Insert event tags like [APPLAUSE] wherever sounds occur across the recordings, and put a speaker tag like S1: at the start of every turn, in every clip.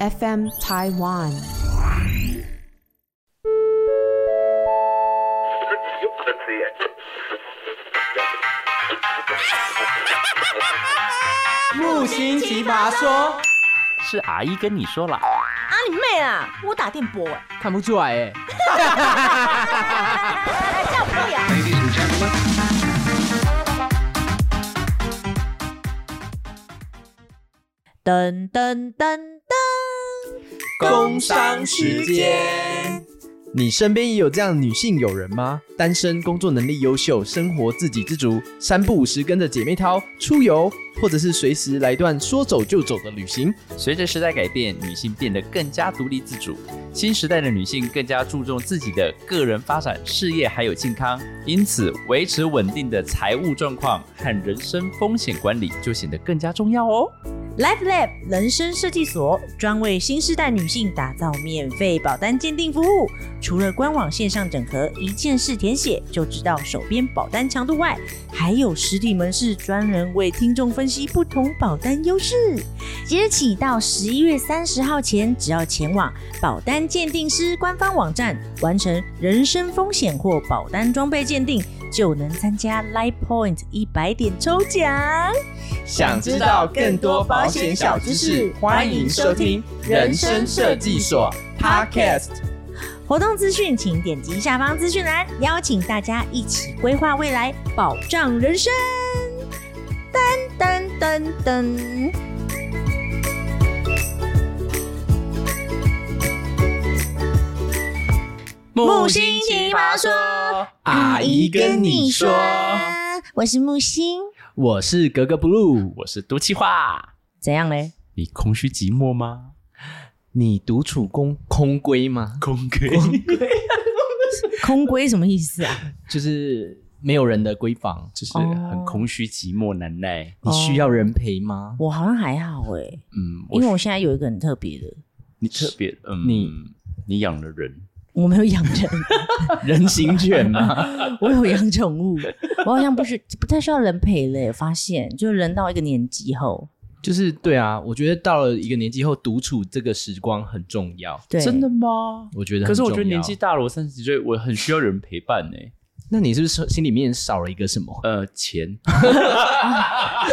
S1: FM Taiwan。
S2: Let's see it.
S3: 木星奇葩说，
S4: 是阿姨跟你说了，
S5: 啊你妹啊！我打电波哎、
S3: 看不出来哎。
S5: 欸，叫屁啊！噔噔噔噔，
S3: 工商时间，你身边也有这样的女性友人吗？单身，工作能力优秀，生活自给自足，三不五时跟着姐妹淘出游，或者是随时来段说走就走的旅行。
S4: 随着时代改变，女性变得更加独立自主。新时代的女性更加注重自己的个人发展、事业还有健康，因此维持稳定的财务状况和人生风险管理就显得更加重要哦。
S5: Life Lab 人生设计所专为新时代女性打造免费保单鉴定服务，除了官网线上整合一键式填写就知道手边保单强度外，还有实体门市专人为听众分析不同保单优势。即日起到十一月三十号前，只要前往保单鉴定师官方网站完成人身风险或保单装备鉴定，就能参加 Life Point 一百点抽奖。
S3: 想知道更多保险小知识，欢迎收听《人生设计所》Podcast。
S5: 活动资讯，请点击下方资讯栏，邀请大家一起规划未来，保障人生。噔噔噔噔，木星奇葩说，
S3: 阿姨跟你说，
S5: 我是木星，
S3: 我是格格不入。
S4: 我是毒气化，
S5: 怎样嘞？
S4: 你空虚寂寞吗？
S3: 你独处空空闺吗？
S4: 空哥，
S5: 空闺什么意思啊？
S3: 就是没有人的闺房，
S4: 就是很空虚、寂寞、难耐。
S3: 你需要人陪吗？
S5: 我好像还好哎、
S4: 嗯，
S5: 因为
S4: 我
S5: 我现在有一个很特别的，
S4: 你特别，嗯，
S3: 你
S4: 你养了人，
S5: 我没有养人， [LAUGHS]
S4: 哦
S3: 人形犬
S4: [LAUGHS]
S3: 吗？
S5: 我有养宠物，我好像不是不太需要人陪嘞。发现就是人到一个年纪后，
S3: 就是对啊，我觉得到了一个年纪后，独处这个时光很重要。
S5: 对，
S4: 真的吗？
S3: 我觉得很
S4: 可是我觉得
S3: 重要
S4: 年纪，大了，我三十几岁，我很需要人陪伴呢、
S3: 那你是不是心里面少了一个什么？
S4: 呃，钱，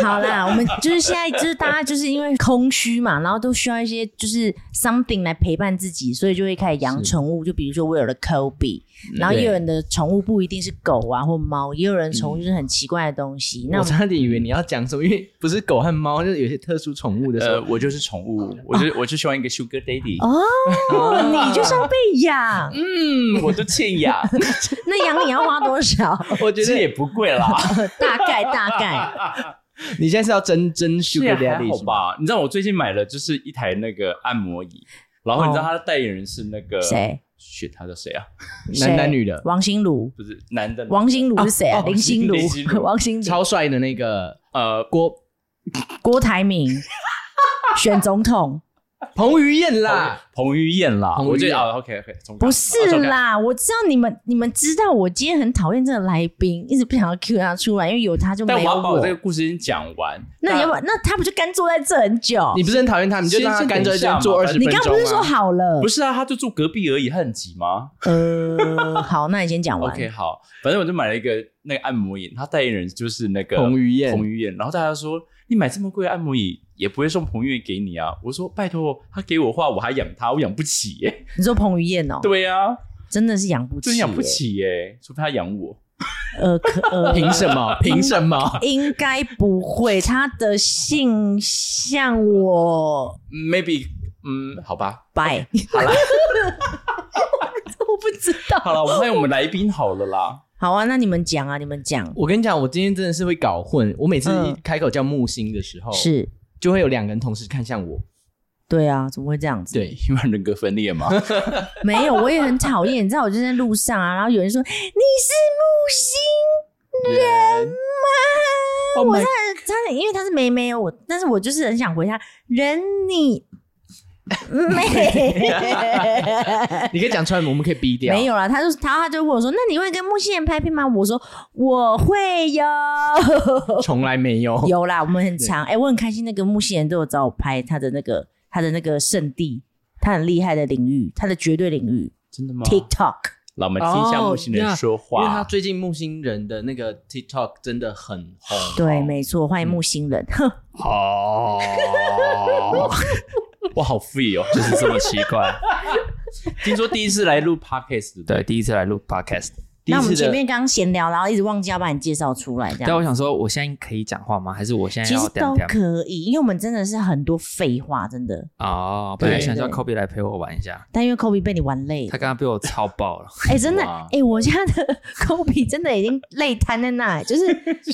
S5: 好啦，我们就是现在就是大家就是因为空虚嘛，然后都需要一些就是 something 来陪伴自己，所以就会开始养
S3: 是
S5: 宠物。就比如说我有了 Kobe，
S3: 嗯
S5: 然后也有人的宠物不一定是狗啊或猫，也有人宠物就是很奇怪的东西。那
S3: 我
S5: 我们
S3: 差点以为你要讲什么，因为不是狗和猫，就是有些特殊宠物的时
S4: 呃 [LAUGHS]
S3: 候，，
S4: 我就是宠物，我就、我就喜欢一个 Sugar Daddy，、
S5: 哦，你就是要被
S3: [LAUGHS]
S5: 养，
S4: 嗯，我就欠养，
S5: 那养你要花多少？
S3: 我觉
S4: 其实
S3: 得
S4: 也不贵啦，
S5: 啊大概大概，
S3: [LAUGHS] 你现在是要真真 Sugar
S4: 还
S3: Daddy
S4: 啊好
S3: 是吗？
S4: 吧？你知道我最近买了就是一台那个按摩椅，然后你知道他的代言人是那个
S5: 谁？
S4: shit，他叫谁啊？
S3: 男男
S5: 谁
S3: 女的，
S5: 王心如，
S4: 不是男的，
S5: 王心如是谁啊？
S3: 哦
S5: 林
S3: [LAUGHS]
S5: 心如
S4: 林心，如
S5: 王心如，
S3: 超帅的那个
S4: 呃，
S3: 郭
S5: 郭
S3: [LAUGHS]
S5: 台铭选总统。
S3: 彭于晏啦，
S4: 彭于晏啦，
S3: 彭于晏
S4: 我觉得啊，OK OK，重看
S5: 不是，啦，我知道你们，你们知道我今天很讨厌这个来宾，一直不想要 Q 他出来，因为有他就
S4: 哦重看但
S5: 没
S4: 我
S5: 有
S4: 要把
S5: 我。
S4: 我这个故事先讲完。
S5: 那你要不，那他不就干坐在这很久？
S3: 你不是很讨厌他，你就
S4: 先
S3: 让他
S4: 先
S3: 干
S4: 等
S3: 脆
S4: 一下
S3: 就
S4: 嘛
S3: 做二十
S5: 你
S3: 分钟
S5: 刚
S3: 啊
S5: 不是说好了？
S4: 不是啊，他就住隔壁而已，他很急吗
S5: 呃，好，那你先讲完。
S4: ？OK，好，反正我就买了一个那个按摩椅，他代言人就是那个
S3: 彭于晏
S4: 彭于晏。然后大家说，你买这么贵的按摩椅，也不会送彭于晏给你啊？我说拜托，他给我的话，我还养他，我养不起耶、
S5: 你说彭于晏哦，
S4: 对呀、啊，
S5: 真的是养不起，
S4: 真养不。起耶、除非他养我。
S5: 呃，可
S4: [LAUGHS]
S5: 呃，
S3: 凭什 [LAUGHS] 么？凭什么？
S5: 应该不会，他的性向我
S4: Maybe，嗯，好吧，
S5: 拜。
S4: 好啦，
S5: [LAUGHS] 我不知道。
S4: 好了，我们我们来宾好了啦。
S5: 好啊，那你们讲啊，你们
S4: 哦
S5: 讲。
S3: 我跟你讲，我今天真的是会搞混。我每次一
S5: 嗯
S3: 开口叫木星的时候，
S5: 是，
S3: 就会有两个人同时看向我。
S5: 对啊，怎么会这样子？
S3: 对，
S4: 因为人格分裂嘛，
S3: [LAUGHS]
S4: [LAUGHS]
S5: 没有，我也很讨厌。你知道，我就在路上啊，然后有人说你是木星
S4: 人
S5: 吗？
S4: Oh
S5: 我
S4: my-
S5: 差点差点，因为她是妹妹，哦我但是我就是很想回她人
S4: [LAUGHS]
S5: 你妹
S3: 你可以讲出来，我们可以逼掉。
S5: 没有啦。她就她她就问我说，那你会跟木星人拍片吗？我说我会
S4: [LAUGHS]
S5: 哟，
S3: 从来没有。
S5: 有啦，我们很长。哎、我很开心，那个木星人都有找我拍他的那个他的那个圣地，他很厉害的领域，他的绝对领域
S4: 真的吗？
S5: TikTok。
S4: 让我们听一下木星人说
S3: 哦因为
S4: 话。
S3: 他最近木星人的那个 TikTok 真的很红，
S5: 对，没错，欢迎木星人。 [LAUGHS] 哼，
S4: 哦，
S2: [LAUGHS]
S4: 我好 free 哦，就是这么奇怪。 [LAUGHS]
S3: 听说第一次来录 podcast，对不对
S4: 对，第一次来录 podcast，
S3: 第一
S5: 那我们
S3: 次
S5: 前
S3: 的
S5: 面刚刚闲聊，然后一直忘记要把你介绍出来，这
S2: 但
S5: 样
S2: [LAUGHS] 我想说，我现在可以讲话吗？还是我现在
S5: 其
S2: 要
S5: 实
S2: 等
S5: 都
S2: 等
S5: 可以，因为我们真的是很多废话，真的。
S2: 哦，本来
S5: 对
S2: 想叫
S5: 对
S2: Kobe 来陪我玩一下，
S5: 但因为 Kobe 被你玩累
S2: 他
S5: 了，
S2: 刚刚被我操爆
S5: [LAUGHS]
S2: 了。
S5: 哎、真的，
S4: 哇
S5: 哎、我家的 [LAUGHS] Kobe 真的已经累瘫在那里，就是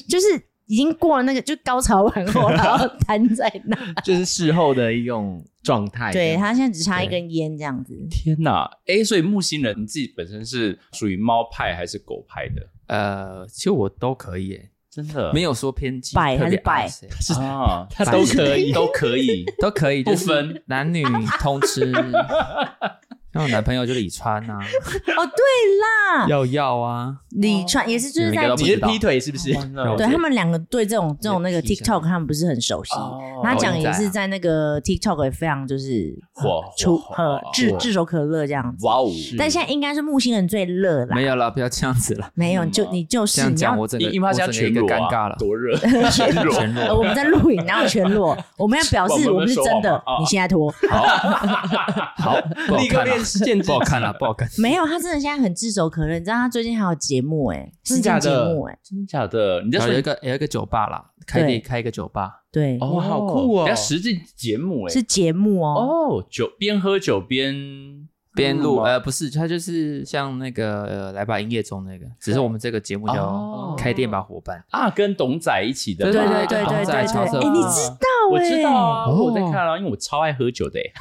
S5: 就是已经过了那个就高潮完后，然后瘫在那。
S3: [LAUGHS] 就是事后的一种状态。
S5: 对他现在只差一根烟这样子。
S4: 天哪！哎，所以木星人你自己本身是属于猫派还是狗派的？
S2: 呃，其实我都可以耶，
S4: 真的
S2: 没有说偏激，
S5: 拜
S2: 特别
S5: 还
S2: 爱
S5: 是
S2: 谁 [LAUGHS]
S4: 啊，
S3: 他都可以
S4: [LAUGHS] 都可以。
S2: 都可
S5: [LAUGHS]
S2: 以，
S4: 不
S2: 就是
S4: 分
S2: 男女通吃。像我男朋友就李川啊，
S5: 哦，对啦，
S2: 耀耀啊，
S5: 李川也是就是
S2: 你们
S5: 在
S2: 应该都
S3: 你
S2: 不
S3: 是
S2: 知道
S3: 劈腿是不是？
S4: 真的
S5: 对
S2: 解
S5: 他们两个对这种这种那个
S2: 提醒
S5: TikTok 他们不是很熟悉，
S4: 哦
S5: 他讲
S2: 现
S5: 也
S2: 在
S5: 是
S2: 啊
S5: 在那个 TikTok 也非常就是
S4: 火
S5: 出
S4: 火
S5: 呃
S4: 火
S5: 炙
S4: 火
S5: 炙手可热这样子。
S4: 哇哦！
S5: 但现在应该是木星人最热啦
S2: 没，有了，不要这样子了，
S5: 没有
S4: 嗯
S5: 就你就是
S2: 这样
S5: 你要
S2: 讲我整个
S4: 樱花
S2: 我
S4: 家
S2: 整个
S4: 全
S2: 一个
S4: 裸
S2: 尴
S4: 啊
S2: 尬了，
S4: 多
S2: [LAUGHS]
S4: 热，全裸，
S2: 全
S5: 呃，
S2: 裸。
S5: 我们在录影，然后全裸，我们要表示我们是真
S4: 我们
S5: 的
S4: 说谎吗。啊
S5: 你现在脱，
S2: 好， [LAUGHS] 不好
S3: 立刻
S2: 看
S3: 练
S2: 了，
S3: 剑
S2: 不好看了，不
S5: [LAUGHS]
S2: 好看。
S5: [LAUGHS] 没有，他真的现在很炙手可热。你知道他最近还有节目哎，
S3: 真
S5: 试
S3: 的假
S5: 镜
S3: 的
S5: 节目哎，
S4: 真假的？你在
S2: 然后
S4: 说
S2: 有一个有一个酒吧啦，开
S5: 对
S2: 地开一个酒吧，
S5: 对，
S3: 哇好酷哦
S4: 人家实际节目哎，
S5: 是节目哦。
S4: 哦，酒边喝酒边
S2: 边录
S4: 嗯
S2: 呃不是，它就是像那个、呃、来吧营业中那个，只是我们这个节目
S4: 哦
S2: 叫开店吧伙伴。
S4: 啊，跟董仔一起的嘛，
S5: 对对对对
S2: 董
S5: 对
S2: 仔
S5: 对
S2: 乔
S5: 对，
S2: 瑟
S5: 哎，你
S2: 夫
S5: 知
S4: 我
S5: 道哎？
S4: 知道啊，
S2: 哦
S4: 我在看啊，因为我超爱喝酒
S5: [LAUGHS]
S4: 的欸，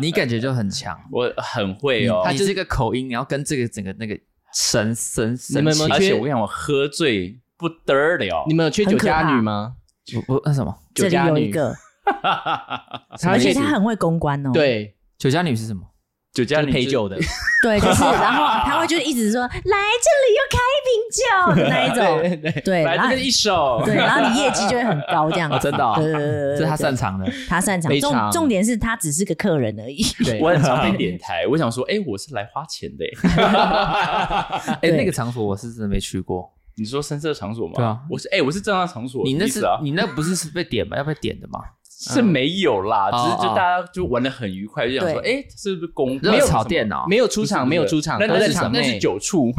S2: 你感觉就很
S4: [LAUGHS]
S2: 强，
S4: 我很会哦
S2: 他。就是一个口音，然后跟这个整个那个神神
S3: 你
S2: 神
S3: 们有没
S2: 情
S3: 有
S4: 而且
S3: 缺
S4: 我跟你讲，我喝醉不得了
S3: 你，们有缺酒家女吗？
S2: 我我那什么
S5: 这
S3: 酒
S5: 里
S3: 家
S5: 有
S3: 女
S5: 一，个，
S3: 她
S5: 而且
S3: 是
S5: 他很会公关哦。
S3: 对
S2: 酒家女是什么？
S4: 酒家
S3: 陪酒的，
S5: 对，
S2: [LAUGHS]
S5: 就是然后他会就一直说来这里又开一瓶酒的那一种，
S3: [LAUGHS] 对对，
S5: 对，
S4: 来
S5: 然
S4: 这
S5: 后
S4: 边一手，
S5: 对，然后你业绩就会很高这样子。
S2: 哦真的哦
S5: 对对对对对，
S2: 这是他
S5: 对
S2: 擅长的，
S5: 他擅长
S3: 非，
S5: 重
S3: 常
S5: 重点是他只是个客人而已。
S3: 对
S4: [LAUGHS] 我很常被点
S2: [LAUGHS]
S4: 台，我想说，哎，我是来花钱的欸。
S2: 哎、
S5: 对
S2: 那个场所我是真的没去过。
S4: 你说深色场所吗？
S2: 对啊
S4: 我是哎，我是正当场所，
S2: 你那
S4: 什
S2: 是、
S4: 么意思啊，
S2: 你那不是是被点吗？要被点的吗？
S4: 是没有啦，
S2: 哦
S4: 只是就
S2: 哦
S4: 大家就玩的很愉快，就想说，
S5: 对
S4: 哎，是不是公没有
S2: 热炒
S4: 什么
S2: 店哦、
S3: 没有出场，没有出场，
S4: 那
S3: 都
S4: 那
S3: 在
S4: 是
S3: 场
S4: 那
S3: 内
S4: 是酒醋，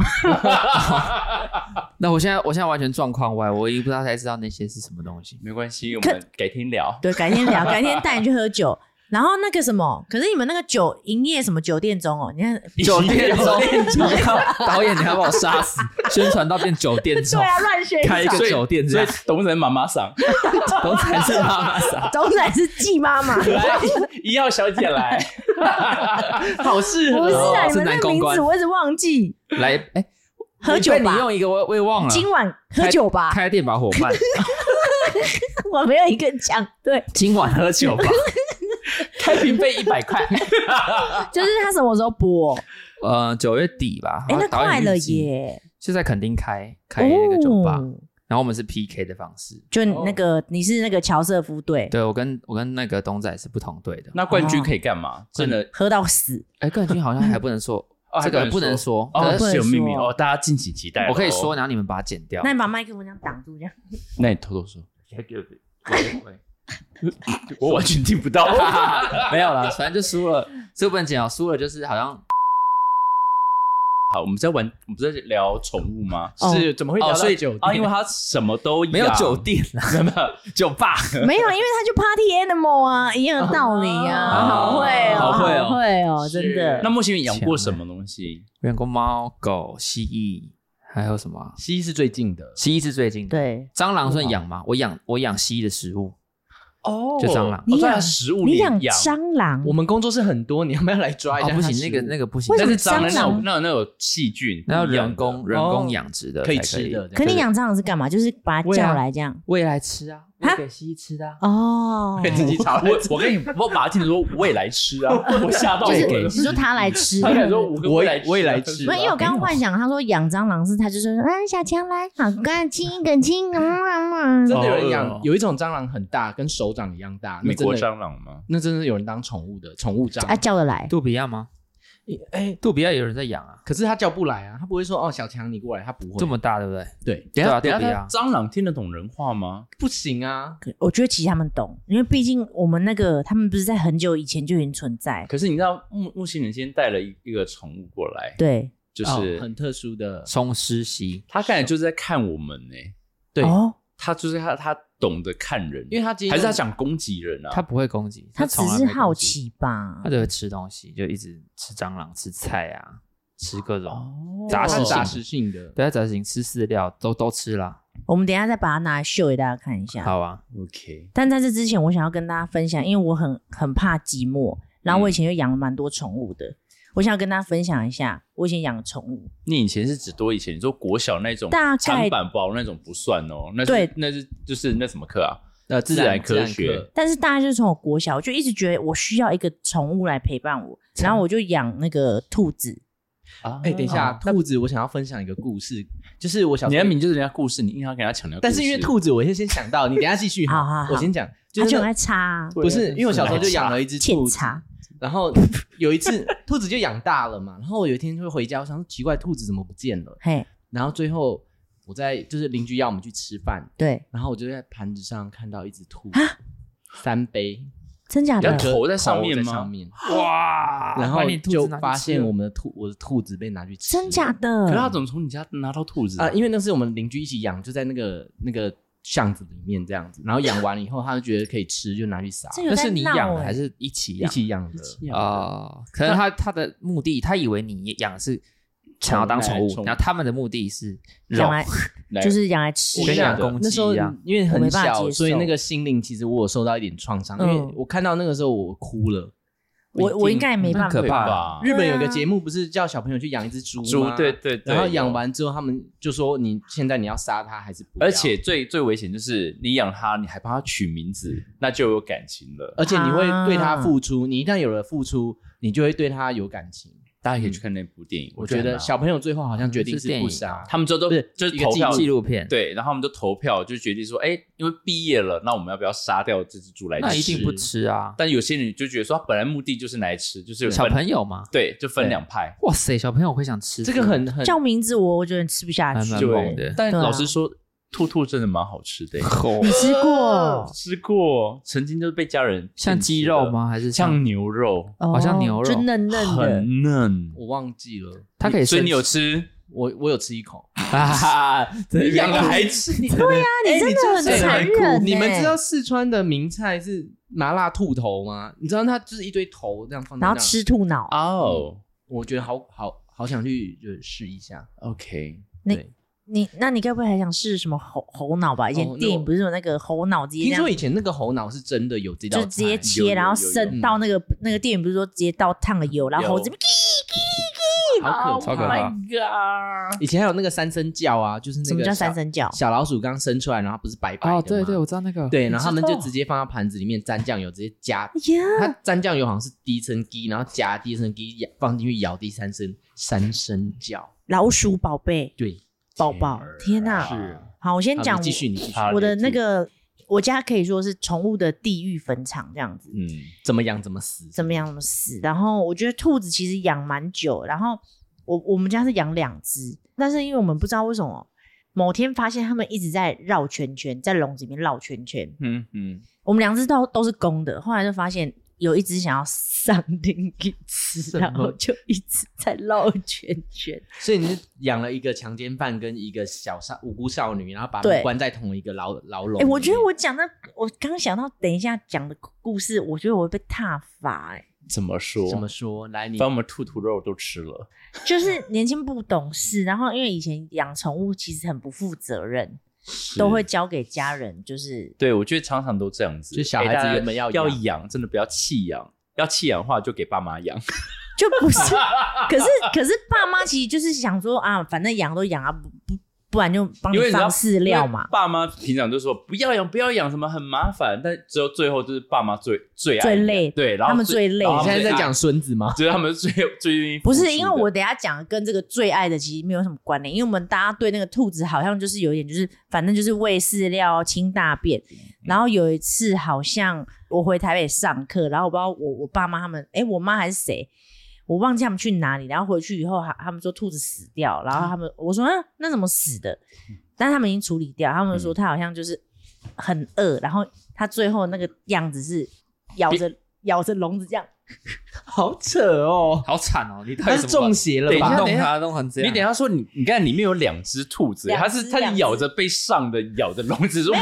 S2: 那我现在我现在完全状况外，我已经不知道才知道那些是什么东西。
S4: 没关系，我们改天聊。
S5: 对，改天聊，改天带你去喝酒。然后那个什么，可是你们那个酒营业什么酒店中哦，你看，
S2: 酒店中
S5: 中，
S2: 导演，你要把我杀死！
S4: [LAUGHS]
S2: 宣传到变酒店中
S5: 对，啊，乱宣
S2: 开一个
S4: 所以
S2: 酒店这
S4: 所以 [LAUGHS]
S2: 样，
S4: 董人妈妈
S2: [LAUGHS]
S4: 桑 [LAUGHS]
S2: 都才是妈妈桑。
S5: 总仔是啊季妈
S2: [LAUGHS]
S5: 妈，不
S4: 来一号小姐来，
S3: 好适合
S5: 是
S3: 哦。
S5: 啊，你
S2: 哦
S5: 们
S2: 是
S5: 那
S2: 男
S5: 个
S2: 公
S5: 名字
S2: 关
S5: 我一直忘记，
S2: 来，哎，
S5: 喝酒
S2: 被你
S5: 吧，
S2: 用一个我我也忘了。
S5: 今晚喝酒吧，
S2: 开店吧，伙
S5: [LAUGHS]
S2: 伴，
S5: 我没有一个讲对，
S2: 今晚喝酒
S5: [LAUGHS]
S2: 吧。
S4: 开瓶费一百块，
S5: 就是他什么时候播？
S2: [LAUGHS]
S5: 哦
S2: 呃，九月底吧，
S5: 哎，那
S2: 导演
S5: 快了
S2: 预计，
S5: 耶，
S2: 就在垦丁开开那个酒吧，
S5: 哦，
S2: 然后我们是 PK 的方式。
S5: 就那个你是那个乔瑟夫队，
S2: 对我跟我跟那个东仔是不同队的。
S4: 那冠军可以干
S2: 哦
S4: 嘛？真的
S5: 喝到死，
S2: 哎，冠军好像还不
S5: [LAUGHS]
S2: 能说
S4: 哦，
S2: 这
S4: 还
S2: 个不能说，
S4: 哦，
S2: 可是
S5: 不能
S4: 是有秘密
S5: 说
S4: 哦，大家敬请期待。
S2: 我可以说，，然后你们把它剪掉
S5: 那。你把麦克风这样挡住，这样
S4: 那你偷偷说， [LAUGHS] 我完全听不
S6: [LAUGHS]
S4: 到。
S2: 没有了，反正就输了，这不能剪哦，输了就是好像
S4: 好，我们在玩，我们在聊宠物吗？
S5: 哦
S3: 是怎么会聊
S4: 哦，所
S3: 到
S4: 以
S3: 酒
S4: 啊，
S3: 店？
S4: 因为它什么都
S2: 没有
S4: 养 [LAUGHS]
S2: 酒，店啦。
S4: 真的酒吧。
S5: 没 [LAUGHS] 有，因为他就 Party Animal 啊，一样的道理
S4: 哦
S5: 啊，好会哦，
S4: 好会哦
S5: 好会哦，
S3: 是
S5: 真的
S4: 那。木星你养过什么东西？
S2: 养过猫、狗、蜥蜴，还有什么啊？
S3: 西是最近的
S2: 蜥蜴是最近的。
S5: 对，
S2: 蟑螂算养吗？我养我养蜥蜴的食物，
S3: 哦
S2: 就蟑螂。
S5: 你
S4: 哦对啊
S5: 养
S4: 食物
S5: 你
S4: 也
S5: 养
S4: 养
S5: 蟑螂
S3: 我，们工作室很多，你要不要来抓一
S2: 哦，
S3: 下？
S2: 不行，那个那
S3: 个
S2: 个不行，
S5: 为什
S4: 但
S5: 么
S4: 是蟑螂那
S5: 蟑螂
S4: 种那种那种细菌，
S2: 那要
S4: 一样
S2: 人
S4: 的
S2: 工人工养殖的
S3: 可以
S2: 才
S3: 吃的，
S5: 可你养蟑螂是干嘛？就是把它
S2: 喂啊
S5: 叫来这样。
S2: 喂来吃啊，
S5: 哈
S2: 喂给蜥蜴吃的啊、
S5: 哦，
S4: 自己查。 [LAUGHS] 我我跟你，我马上说，我也来吃啊！我吓到我
S7: 就是
S4: 了
S7: 你。说他来吃，
S5: [LAUGHS]
S4: 他想说，我
S3: 我
S4: 也
S3: 我也
S4: 来
S3: 来
S4: 吃
S3: 吃
S4: 啊，
S7: 没有，因为我刚刚幻想，他说养蟑螂是他就说，
S5: 嗯
S7: 啊，小强来，好干，亲一个亲，嗯嗯嗯，
S3: 真的有人
S4: 好饿哦
S3: 养，有一种蟑螂很大，跟手掌一样大，那
S6: 美国
S3: 真的
S6: 蟑螂吗？
S3: 那真的有人当宠物的，宠物蟑
S7: 啊
S3: 螂。
S7: 叫得来，
S2: 杜比亚吗？
S3: 哎，
S2: 杜比亚有人在养啊，
S3: 可是它叫不来啊，它不会说哦，小强你过来，它不会
S2: 这么大，对不对？
S3: 对，
S4: 等一下，
S2: 对
S4: 等
S2: 啊
S4: 一
S2: 对
S4: 下
S2: 啊，
S4: 蟑螂听得懂人话吗？
S3: 不行啊。
S5: 可我觉得其实他们懂，因为毕竟我们那个他们不是在很久以前就已经存在，
S4: 可是你知道，木木星人先带了一一个宠物过来，
S5: 对，
S4: 就
S3: 哦
S4: 是
S3: 很特殊的，
S2: 松狮蜥，
S4: 他看来就是在看我们呢。
S3: 对
S5: 哦，
S4: 他就是他，他懂得看人，
S3: 因为它今天
S4: 还是他想攻击人啊？
S2: 它不会攻击，
S5: 他
S2: 它
S5: 只
S2: 从来
S5: 是
S2: 没攻击
S5: 好，奇吧
S2: 它，只会吃东西，就一直吃蟑螂、吃菜啊，吃各种
S4: 哦
S2: 杂
S3: 它
S2: 食
S3: 是
S2: 性
S3: 杂
S2: 的
S3: 食性的，
S2: 对，它杂食性吃饲料都都吃啦。
S5: 我们等一下再把它拿来秀给大家看一下。
S2: 好啊，
S4: OK，
S5: 但在这之前，我想要跟大家分享，因为我很很怕寂寞，然后
S2: 嗯
S5: 我以前就养了蛮多宠物的，我想要跟大家分享一下，我以前养的宠物，
S4: 你以前是指多以前？你说国小那种
S5: 大概
S4: 长板包那种不算哦，那是
S5: 对
S4: 那是就是那什么课啊？
S3: 呃，
S4: 自然科学
S3: 课
S5: 但是大家就是从我国小，我就一直觉得我需要一个宠物来陪伴我，然后我就养那个兔子，
S4: 啊
S3: 哎、等一下，兔子，我想要分享一个故事，就是我小
S4: 你
S3: 时
S4: 的
S3: 候
S4: 名就是人家故事，你硬要给他抢那个故事
S3: 但是因为兔子，我先先想到，你等一下继续
S5: 好好好
S3: 我先讲，
S5: 它
S3: 就
S5: 就是很
S3: 那
S5: 爱插啊，
S3: 不是因为我小时候就养了一只
S5: 欠
S3: 兔子，
S5: 插，
S3: 然后有一次兔子就养大了嘛，然后我有一天就会回家，我想说奇怪，兔子怎么不见了？
S5: 嘿，
S3: 然后最后我在就是邻居要我们去吃饭，
S5: 对，
S3: 然后我就在盘子上看到一只兔
S5: 啊，
S3: 三杯，
S5: 真假
S4: 你要
S5: 的？
S4: 头在上面
S3: 头在
S4: 吗啊
S3: 上面，
S2: [LAUGHS] 哇
S3: 然后就发现我们的兔，我的兔子被拿去吃，
S5: 真假的？
S4: 可是他怎么从你家拿到兔子
S3: 啊、因为那是我们邻居一起养，就在那个那个巷子里面这样子，然后养完以后，他就觉得可以吃，就拿去撒，
S5: 这有
S2: 那
S5: 在
S2: 是你
S5: 闹
S2: 养的
S5: 欸
S2: 还是一起
S3: 一
S2: 养？
S3: 起养的。
S2: 哦，可能他他的目的，他以为你养的是想要当宠
S4: 宠物
S2: 物，然后他们的目的是肉
S5: 养。来
S4: 来
S5: 就是养来吃
S2: 跟
S3: 那
S2: 养公
S3: 那
S2: 鸡
S3: 时候
S2: 一样
S3: 因为
S5: 我没
S3: 很
S5: 办法接
S3: 小，
S5: 受
S3: 所以那个心灵其实我有受到一点创伤，因
S5: 嗯
S3: 为我看到那个时候我哭了。
S5: 我我应该也没办
S2: 很
S5: 法
S2: 可怕
S4: 吧？
S5: 啊
S3: 日本有个节目不是叫小朋友去养一只猪吗
S4: 猪对对对
S3: 然后养完之后，他们就说你现在你要杀它还是不要？
S4: 而且最最危险就是你养它，你还帮它取名字，
S2: 嗯
S4: 那就有感情了。
S3: 而且你会对它
S5: 啊
S3: 付出，你一旦有了付出，你就会对它有感情。
S4: 大家可以去看那部电影，
S3: 我觉得小朋友最后好像决定
S2: 是
S3: 是
S2: 电
S3: 不
S2: 影
S3: 杀，
S4: 他们之后都
S3: 不是
S4: 就是
S3: 一个
S4: 投票
S2: 纪录片，，
S4: 对，然后他们就投票，就决定说，哎，因为毕业了，那我们要不要杀掉这只猪来吃？
S2: 那一定不。吃啊，
S4: 但有些人就觉得说，啊他本来目的就是来吃，就是有分
S2: 小朋友嘛。
S4: 对，就分两派。
S2: 哇塞，小朋友会想吃
S3: 这个很很
S5: 叫名字我，我觉得吃不下
S2: 还
S5: 去。
S2: 蛮
S4: 对
S2: 猛的
S4: 但
S5: 对啊
S4: 老实说，兔兔真的蛮好吃
S2: [LAUGHS]
S4: 的，
S2: 口，
S5: 你吃过？
S3: 哦
S4: 吃过，曾经就是被家人
S2: 像
S4: 骗吃
S2: 鸡肉
S4: 的？
S2: 吗？啊还是
S4: 像？牛肉，
S5: 哦
S2: 好像牛肉
S5: 就嫩嫩的。
S4: 很
S2: [LAUGHS]
S4: 嫩。
S3: 我忘记了，
S2: 它可以
S4: 所以
S2: 生
S4: 你有吃？
S3: 我我有吃一口。
S4: 哈哈，
S2: 啊对
S4: 养了
S2: [LAUGHS]
S4: 还吃？
S3: 对呀、
S5: 你真的很残忍欸
S3: 你们知道四川的名菜是麻辣兔头吗？你知道它就是一堆头这样放在
S5: 然
S3: 那，
S5: 后吃兔脑，
S4: 哦
S3: 我觉得好好好想去就是试一下。
S4: ，OK，
S5: 你那你该不会还想试什么猴猴脑吧？以前
S3: 哦
S5: 电
S3: 那
S5: 影
S3: 我
S5: 不是有那个猴脑直接
S3: 听
S5: 这样
S3: 说，以前那个猴脑是真的有这嗯道
S5: 就
S3: 菜，
S5: 直接
S4: 有
S5: 切，
S4: 有
S5: 然后
S4: 有有
S5: 伸到那个那个电影不是说直接到烫了油，然后猴子
S4: 有
S3: 好可
S2: 超可
S3: 怕。
S2: 怕。
S3: 以前还有那个三声叫啊，就是那个
S5: 什么叫
S3: 小
S5: 三声叫？
S3: 小老鼠刚生出来，然后它不是白白的吗
S2: 哦，对对，我知道那个。
S3: 对，然后他们就直接放到盘子里面沾酱油，直接加。
S5: 哎呀，
S3: 它沾酱油好像是第一声鸡，然后加第一声鸡放进去咬第三声三声叫。
S5: 老鼠宝贝
S3: 对，
S5: 宝宝，天哪！
S3: 是
S5: 好，我先
S3: 好
S5: 讲
S3: 你继续，你继续，
S5: 我我的那个我家可以说是宠物的地狱坟场这样子。
S4: 嗯，
S3: 怎么养怎么死。
S5: 怎么样怎么死。然后我觉得兔子其实养蛮久，然后我我们家是养两只，但是因为我们不知道为什么，某天发现它们一直在绕圈圈，在笼子里面绕圈圈。
S4: 嗯嗯，
S5: 我们两只都都是公的，后来就发现有一只想要上另一只，
S3: 么
S5: 然后就一直在绕圈圈。
S3: 所以你是养了一个强奸犯跟一个小少无辜少女，然后把他
S5: 对
S3: 们关在同一个牢牢笼
S5: 哎、
S3: 里面。
S5: 我觉得我讲的，我刚想到等一下讲的故事，我觉得我会被踏伐、哎，
S4: 怎么说？
S3: 怎么说？来，你
S4: 把我们兔兔肉都吃了，
S5: 就是年轻不懂事，然后因为以前养宠物其实很不负责任，都会交给家人，就是
S4: 对，我觉得常常都这样子，
S3: 就小孩子
S4: 哎大家
S3: 原本要
S4: 要
S3: 养
S4: 养，真的不要弃养，要弃养的话就给爸妈养。
S5: 就不是。可是可是爸妈其实就是想说啊，反正养都养啊，不不不然就帮你
S4: 因为你知道
S5: 放饲料
S4: 因
S5: 嘛
S4: 为。爸妈平常就说不要养，不要养，什么很麻烦，但只有最后就是爸妈最最爱
S5: 最
S4: 养
S5: 累
S4: 对，然后
S5: 他们最累
S4: 然后
S3: 你
S4: 他们
S3: 现在在
S4: 爱
S3: 讲，孙子吗？
S4: [LAUGHS]
S3: [LAUGHS]
S4: 就是他们最最愿意付
S5: 不
S4: 出的
S5: 是，因为我等一下讲的跟这个最爱的其实没有什么关联，因为我们大家对那个兔子好像就是有一点，就是反正就是喂饲料、清大便。
S4: 嗯
S5: 然后有一次好像我回台北上课，然后我不知道我我爸妈他们，哎，我妈还是谁，我忘记他们去哪里。然后回去以后，他他们说兔子死掉，然后他们我说、啊、那怎么死的？
S4: 嗯
S5: 但他们已经处理掉，他们说他好像就是很饿，然后他最后那个样子是咬着咬着笼子这样。
S3: 好扯哦，
S2: 好惨哦！你到
S3: 他
S2: 底
S3: 是
S2: 怎么
S3: 中邪了
S4: 等一
S2: 把
S4: 下
S3: 吧？
S2: 弄它弄成这
S4: 你
S2: 样？
S4: 等一下说你，你看里面有两只兔子，
S5: 两只
S4: 它是它
S5: 两
S4: 是
S5: 只
S4: 咬着被上的咬的笼子，说
S5: 有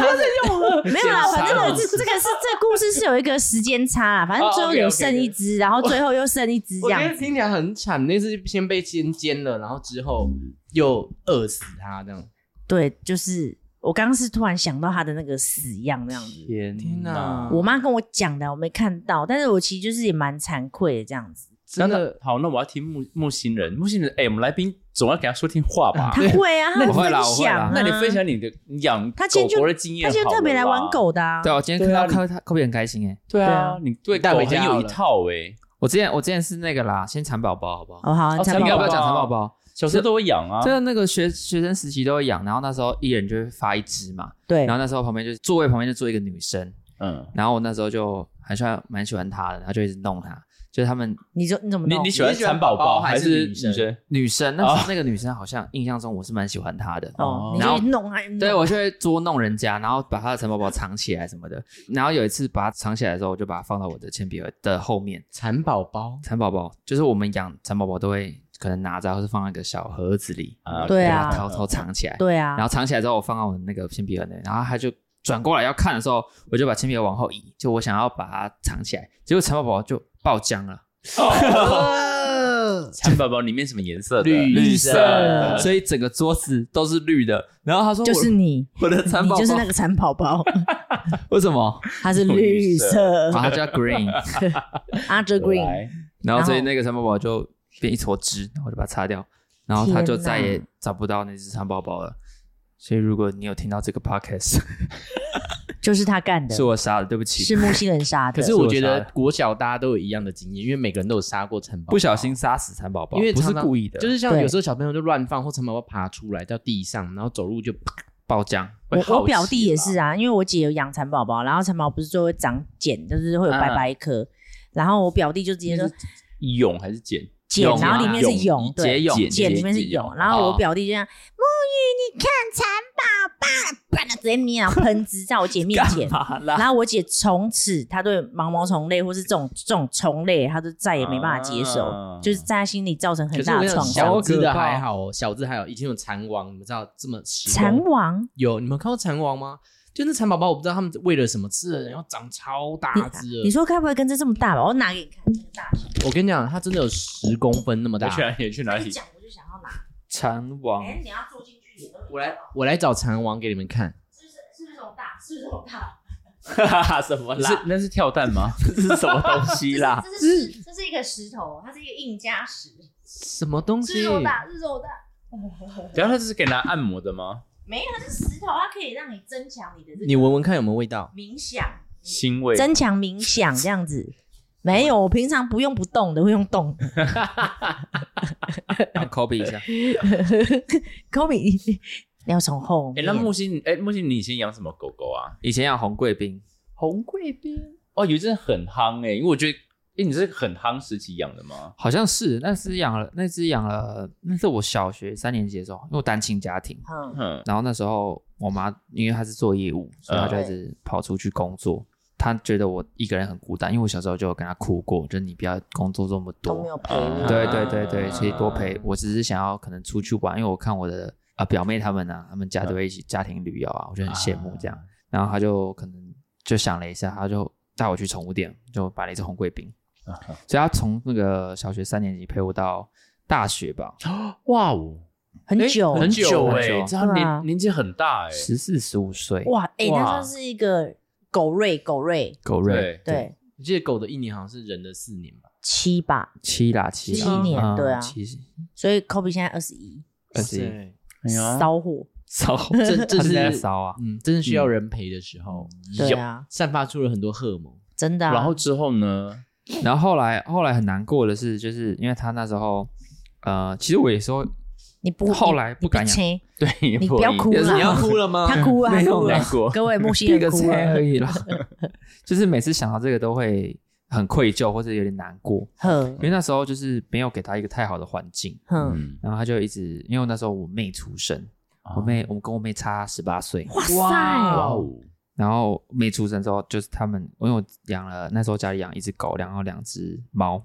S2: [LAUGHS]
S5: 没有啦，
S4: 检查
S5: 反正我
S4: 笼
S5: 这这个是这个故事是有一个时间差
S2: [LAUGHS]
S5: 啊，反
S2: 哦
S5: 正最后有剩一只，然后最后又剩一只这
S3: 我觉
S5: 样
S3: 得
S5: 子。
S3: 听起来很惨，那是先被先煎了，然后之后又饿死他这样。
S5: 对，就是我刚刚是突然想到他的那个死样那样子。
S4: 天
S3: 天哪
S5: 我妈跟我讲的，我没看到，但是我其实就是也蛮惭愧的这样子。
S4: 那
S3: 真
S4: 那
S3: 的，
S4: 好，那我要听木木星人，木星人，哎、我们来宾总要给他说听话吧？
S5: 他会啊，他
S2: [LAUGHS] 那你
S5: 分
S2: 会啦我会
S5: 享
S2: 啦
S5: 啊，
S4: 那你分享你的你养
S5: 他今天
S4: 狗
S5: 就
S4: 狗的经验
S5: 他
S4: 好了
S5: 今
S4: 吧，
S5: 天特别来玩狗的啊。
S2: 对啊，我今天
S4: 对
S2: 看
S4: 啊
S2: 到科科比很开心哎。
S4: 对
S5: 对
S4: 啊
S5: 啊，
S4: 你对
S3: 带
S4: 狗
S3: 回家
S4: 很有
S3: 好
S4: 一
S3: 了
S4: 套哎、
S2: 我之前我之前是那个啦，先蚕宝宝好不好？
S5: 哦，好，
S4: 蚕
S5: 才
S2: 你要
S4: 宝宝
S2: 不要讲蚕宝
S4: 宝
S2: 宝？
S4: 小时候都会养啊，
S2: 真的那个学学生时期都会养，然后那时候一人就会发一只嘛，
S5: 对
S2: 然，后那时候旁边就是座位旁边就坐一个女生，
S4: 嗯，
S2: 然后我那时候就很喜欢蛮喜欢她的，然后就一直弄她，就是他们
S5: 你就你怎么
S4: 你
S5: 弄
S4: 你？喜欢
S3: 你喜欢
S4: 蚕宝
S3: 宝宝
S4: 哦还
S3: 还是女
S4: 是女生
S3: 生？
S2: 女生，那时
S4: 哦
S2: 候那个女生好像印象中我是蛮喜欢她的，
S5: 哦，你
S2: 然后
S5: 就弄还弄
S2: 对，我就会捉弄人家，然后把她的蚕宝宝藏起来什么的。然后有一次把它藏起来的时候，我就把它放到我的铅笔盒的后面。
S3: 蚕宝宝
S2: 蚕宝宝就是我们养蚕宝宝都会可能拿着，或是放在一个小盒子里，
S4: 啊
S5: 对啊
S2: 把它偷偷藏起来。
S5: 对啊，
S2: 然后藏起来之后，我放到我的那个铅笔盒内，然后它就转过来要看的时候，我就把铅笔盒往后移，就我想要把它藏起来，结果蚕宝宝就爆浆了。
S4: 蚕宝宝里面什么颜色的？
S3: 绿
S2: 绿
S3: 色
S2: 色
S3: 的
S2: 的，所以整个桌子都是绿的。然后他说我：“
S5: 就是你，
S2: 我的蚕
S5: 你
S2: 宝宝，
S5: 就是那个蚕宝
S2: [LAUGHS]
S5: 宝，
S2: 为
S5: [LAUGHS]
S2: 什么？
S5: 它是绿色
S2: 然后他叫 Green，
S5: [LAUGHS] ，Other Green。
S4: 来
S2: 然后所以
S5: 然后
S2: 那个蚕宝宝就变一坨汁，然后我就把它擦掉，然后他就
S5: 天哪
S2: 再也找不到那只蚕宝宝了。所以如果你有听到这个 podcast，
S5: 就是他干的，
S2: 是我杀的，对不
S5: 是
S2: 起，
S5: 木星人杀的。
S3: 可是我觉
S2: 是我
S3: 得
S2: 杀的
S3: 国小大家都有一样的经验，因为每个人都有杀过蚕宝宝，
S2: 不小心杀死蚕宝宝，
S3: 因为
S2: 不是
S3: 常常
S2: 故意的，
S3: 就是像
S5: 对
S3: 有时候小朋友就乱放，或蚕宝宝爬出来到地上，然后走路就
S2: 爆浆。
S5: 我
S4: 好
S5: 我表弟
S4: 奇
S5: 也
S4: 啦
S5: 是啊，因为我姐有养蚕宝宝，然后蚕宝宝不是就会长茧，就是会有白
S4: 嗯
S5: 白一颗。然后我表弟就直接说
S4: 蛹还是茧？
S5: 茧，
S2: 蛹
S5: 然后
S2: 啊
S5: 里面是
S4: 蛹
S5: 蛹，对，
S4: 蛹
S5: 茧里面是
S4: 蛹
S5: 蛹。然后我
S2: 哦。
S5: 表弟就这样，木鱼，你看蚕宝宝，啪直接捏，然后啊喷汁在我姐面前
S2: [LAUGHS] 嘛啦？
S5: 然后我姐从此，她对毛毛虫类或是这种这种虫类，她都再也没办法接受，
S4: 啊
S5: 就是在她心里造成
S3: 可
S5: 很
S3: 是
S5: 大
S3: 我
S5: 的
S3: 跟你讲
S5: 创伤。
S3: 小只的还好哦，小只还好。以前有蚕王，你们知道这么时髦
S5: 蚕王，
S3: 有你们看过蚕王吗？就那蚕宝宝，我不知道他们为了什么吃了，然后长超大只了。
S5: 你说该不会跟这这么大吧？我拿给你看，这个大小，
S3: 我跟你讲，它真的有十公分那么
S4: 我
S3: 大。
S4: 去哪里？去哪
S5: 一
S4: 里？
S5: 讲我就想要拿。
S2: 蚕王
S5: 哎、你要坐进去也都
S3: 我来，我来找蚕王给你们看。
S5: 是不是是不是这种大？是不是这种
S4: [LAUGHS]
S5: 大？
S2: 什么
S4: 是？那是跳蛋 [LAUGHS] 吗？
S2: 这是什么东西
S4: [LAUGHS]
S2: 啦？
S5: 这啊是石这是一个石头，它是一个硬加石，
S3: 什么东
S5: 是
S3: 西？
S5: 肉大，是肉大。
S4: 然后它是给拿按摩的吗？
S5: 没有，它是石头，它可以让你增强你的这
S3: 你
S5: 个
S3: 闻闻看有没有味道？
S5: 冥想，
S4: 腥味。
S5: 增强冥想这样子。没有，我平常不用不动的，会用动的。 [LAUGHS]
S2: 啊 copy 一下，
S5: 科比，你要从后
S4: 哎、
S5: 面。
S4: 那木星，哎、木星，你以前养什么狗狗啊？
S2: 以前养红贵宾，
S4: 红贵宾哦，有一阵很夯哎、因为我觉得，哎、你是很夯时期养的吗？
S2: 好像是那只养了，那只养了，那是我小学三年级的时候，因为我单亲家庭，
S5: 嗯，
S4: 嗯，
S2: 然后那时候我妈因为她是做业务，所以她
S5: 嗯
S2: 就一直跑出去工作。她觉得我一个人很孤单，因为我小时候就有跟她哭过，就是你不要工作这么
S5: 都没
S2: 多。
S5: 有陪我。
S2: 对对对对，所以多陪。我只是想要可能出去玩，因为我看我的啊、表妹她们啊，她们家都会一起家庭旅游啊，我就很羡慕这样。然后她就可能就想了一下，她就带我去宠物店，就买了一只红贵宾。
S4: 啊哈
S2: 所以他从那个小学三年级陪我到大学吧，
S4: 哇哦，
S5: 很久
S4: 很久
S2: 很
S4: 哎、
S2: 久
S4: 这样
S5: 对
S4: 年、
S5: 啊
S4: 年纪很大哎、
S2: 十四十五岁，
S5: 哇，哎、
S4: 哇
S5: 那算是一个狗瑞，狗瑞，
S2: 狗瑞
S4: 对，
S5: 对，
S3: 我记得狗的一年好像是人的四年吧？
S5: 七吧。
S2: 七啦七啦，
S5: 七年
S2: 嗯
S5: 对啊
S2: 七
S3: 哎
S5: 所以科比现在二十一，
S2: 二十一，
S5: 骚货。
S2: 骚，
S3: 这这
S2: [LAUGHS] 他
S3: 是
S2: 是在骚啊，
S3: 嗯，真的需要人陪的时候，
S5: 对啊，
S3: 散发出了很多荷尔蒙。
S5: 真的啊。
S4: 然后之后呢？
S2: 然后后来后来很难过的是，就是因为他那时候，呃，其实我有时候
S5: 你不
S2: 后来不敢养
S5: 亲，
S4: 对，
S5: 你不要哭
S4: 也是
S5: 了，
S4: 你要
S3: 哭了吗
S5: 他哭啊，
S2: 没
S5: 他
S2: 有
S5: 哭了
S4: 难过，
S5: 各位木星
S2: 一
S5: 人
S2: 个
S5: 哭
S4: 啊
S2: 菜而
S5: 了，
S2: 已
S4: [LAUGHS]
S2: 啦， [LAUGHS] 就是每次想到这个都会很愧疚或者有点难过，
S5: 呵
S2: 因为那时候就是没有给他一个太好的环境，
S5: 呵，
S4: 嗯，
S2: 然后他就一直，因为那时候我妹出生，
S4: 哦
S2: 我妹我跟我妹差十八岁，
S5: 哇塞，
S4: 哇哦，
S2: 然后妹出生之后，就是他们，因为我养了那时候家里养一只狗，然后两只猫，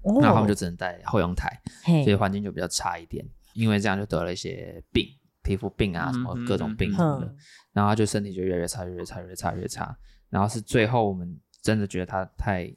S5: 哦
S2: 然后他们就只能在后阳台，
S4: 嗯
S2: 所
S5: 嘿，
S2: 以环境就比较差一点。因为这样就得了一些病，皮肤病啊，什么
S4: 嗯
S2: 各种病
S4: 嗯
S2: 什么的，然后他就身体就越来越差，越来越差，越来越差，越来越差。然后是最后我们真的觉得他太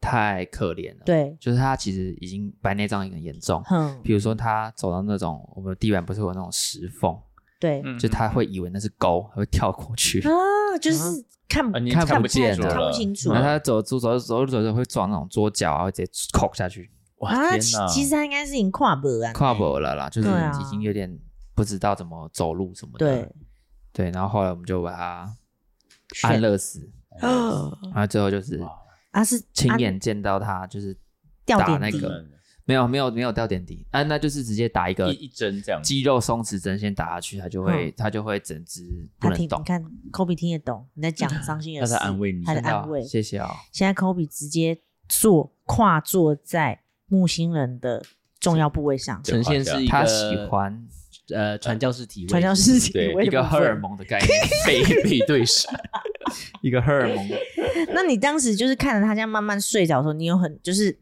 S2: 太可怜了，，
S5: 对，
S2: 就是他其实已经白内障很严重，
S5: 哼，
S2: 比如说他走到那种我们地板不是有那种石缝，
S5: 对
S4: 嗯
S2: 就他会以为那是沟，他会跳过去。
S5: 啊，就是看
S4: 啊你
S2: 看
S4: 看
S2: 不
S4: 见
S2: 见
S4: 了，
S2: 了
S5: 看不清楚
S2: 然后他走走走走走走会撞那种桌角啊，会直接扣下去，
S4: 哇，
S5: 啊，
S4: 天
S5: 其
S4: 哪！
S5: 其实他应该是你跨博啊，
S2: 跨不了啦，就是
S5: 对啊
S2: 已经有点不知道怎么走路什么的。
S5: 对，
S2: 对然后后来我们就把他
S5: 选哦
S2: 安乐死，然后最后就是
S5: 啊是
S2: 亲
S5: 啊
S2: 眼见到他就是
S5: 掉
S2: 打
S5: 点
S2: 那
S5: 滴
S2: 个没有没有没有掉点滴，啊，那就是直接打一个
S4: 一一针这样，
S2: 肌肉松弛针先打下去，他就会他就会整只
S5: 嗯
S2: 不
S5: 他
S2: 能
S5: 听
S2: 动
S5: 你。看，Kobe 听得懂你在讲伤心的
S4: 他
S5: 事，
S4: 在安慰你
S5: 他在
S2: 真的
S5: 安慰。
S2: 谢谢啊，
S5: 现在 Kobe 直接坐跨坐在木星人的重要部位上，
S4: 对
S3: 呈现是一个
S2: 他喜欢
S3: 呃传教士体位，
S5: 传
S3: [LAUGHS]
S5: 教士体 [LAUGHS]
S4: 对
S5: 位
S2: 一
S5: 的
S2: 个
S5: 部
S2: 荷尔
S5: 分。
S2: 蒙的概
S5: [LAUGHS]
S2: 念，背背对视，一个荷尔蒙。
S5: 那你当时就是看着他这样慢慢睡着的时候，你有很就是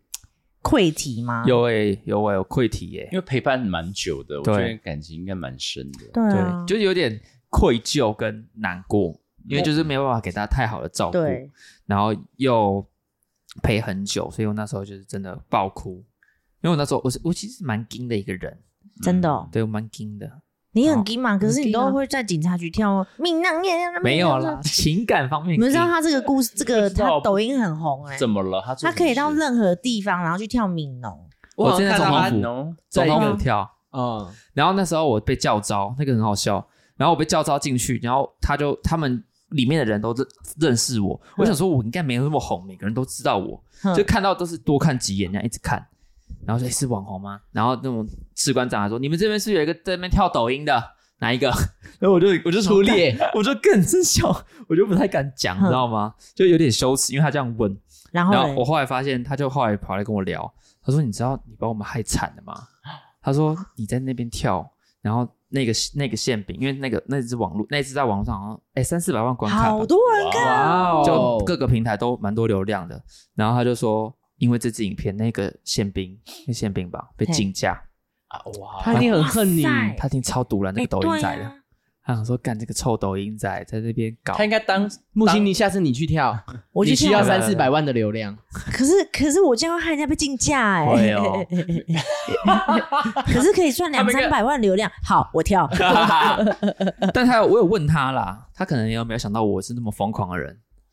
S5: 溃体吗？，
S2: 有诶、有诶、有溃体耶、
S4: 因为陪伴蛮久的，我觉
S2: 对
S4: 得感情应该蛮深的。
S5: 对啊，
S2: 对，就是有点愧疚跟难过，因为就是没有办法给他太好的照顾，
S5: 对
S2: 然后又陪很久，所以我那时候就是真的爆哭，因为我那时候我是我其实蛮惊的一个人，
S5: 真的哦，
S2: 对我蛮惊的，
S5: 你很惊嘛？可是
S2: 嗯很
S5: 你
S2: 紧啊
S5: 都会在警察局跳命浪夜，
S2: 没有啦，。情感方面
S5: 你们知道
S2: 硬
S5: 他这个故事，这个
S4: 不知道
S5: 他抖音很红哎，
S4: 怎么了？他做
S5: 他可以
S4: 什
S5: 到
S4: 么事
S5: 任何地方，然后去跳悯农。
S2: 我真的
S3: 好像看
S2: 从
S3: 到在一
S4: 哦
S2: 衣服总统
S3: 个
S2: 府跳，
S3: 嗯，
S2: 然后那时候我被叫招，那个很好笑。然后我被叫招进去，然后他就他们里面的人都认认识我。我想说，我应该没有那么红，每个人都知道我，
S5: 哼
S2: 就看到都是多看几眼，这样一直看。然后说诶哎是网红吗？然后那种士官长还啊说，你们这边是有一个在那边跳抖音的，哪一个？ [LAUGHS] 然后我就我就出列，我就更真笑，我就不太敢讲，你知道吗？就有点羞耻，因为他这样问。
S5: 然后
S2: 然
S5: 嘞
S2: 后我后来发现，他就后来跑来跟我聊，他说：“你知道你把我们害惨了吗？”他说：“你在那边跳，然后那个那个馅饼，因为那个那只网络那只在网络上好像哎三四百万观看吧
S5: 好，多人
S3: 哇哦，
S2: 就各个平台都蛮多流量的。”然后他就说：“因为这支影片那个馅饼，那馅饼吧被
S5: 嘿
S2: 禁驾，
S4: 啊哇！
S3: 他一定很恨你，
S5: 哇塞
S2: 他听超毒了那
S5: 哎
S2: 个抖音仔
S5: 对
S2: 的
S5: 啊。”
S2: 他想说：“干这个臭抖音仔在那边搞
S4: 他，应该当
S3: 木星，你下次你去跳，
S5: 我
S3: 你
S5: 就
S3: 需要
S5: 跳
S3: 三四百万的流量，
S5: 可是可是我这样会害人家被竞价哎、
S2: 会哦
S5: [LAUGHS] 可是可以赚
S4: 他
S5: 两
S4: 们应该
S5: 三百万流量。好，我
S2: [LAUGHS]
S5: 跳。
S2: 但他我有问他啦，他可能也没有想到我是那么疯狂的人，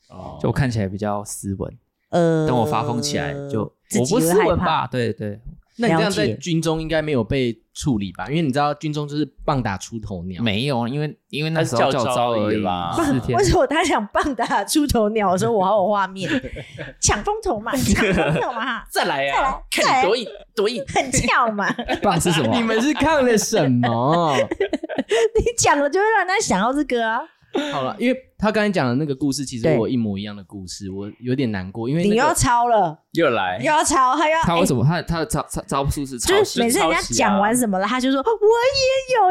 S4: 哦
S2: 就我看起来比较斯文。”
S5: 呃，
S2: 等我发疯起来就
S5: 自
S2: 我
S5: 己
S2: 不
S5: 会
S2: 斯
S5: 害
S2: 文
S5: 怕。
S2: 吧？对对，
S3: 那你这样
S5: 了解
S3: 在军中应该没有被处理吧？因为你知道军中就是棒打出头鸟， [LAUGHS]
S2: 没有，因为因为那时候
S4: 他是
S2: 叫
S4: 叫
S2: 招
S4: 招而
S2: 而
S4: 已
S2: 已
S4: 啦
S2: [LAUGHS] 四天
S5: 为。什么他想棒打出头鸟的时候，我好有画面，抢风头
S2: [LAUGHS]
S5: 嘛，抢风头嘛，
S4: 再来啊，
S5: 再来
S4: 看你多硬多硬。
S5: 很翘嘛，
S2: [LAUGHS]
S5: 你
S2: 棒是什么？
S3: 你们是看了什 [LAUGHS] 么？
S5: 讲了就会让人家想到这个啊。
S3: 好了，因为他刚才讲的那个故事，其实
S5: 对
S3: 我一模一样的故事，我有点难过，因为
S5: 你又
S3: 那
S5: 要
S3: 个
S5: 抄了，
S4: 又
S5: 又
S4: 来，
S5: 要抄，他又要
S2: 哎他为
S5: 哎
S2: 什么他他的招招招数是抄
S5: 就
S2: 袭
S5: 是每次人
S4: 抄
S5: 家
S4: 袭啊
S5: 讲完什么了，他就说我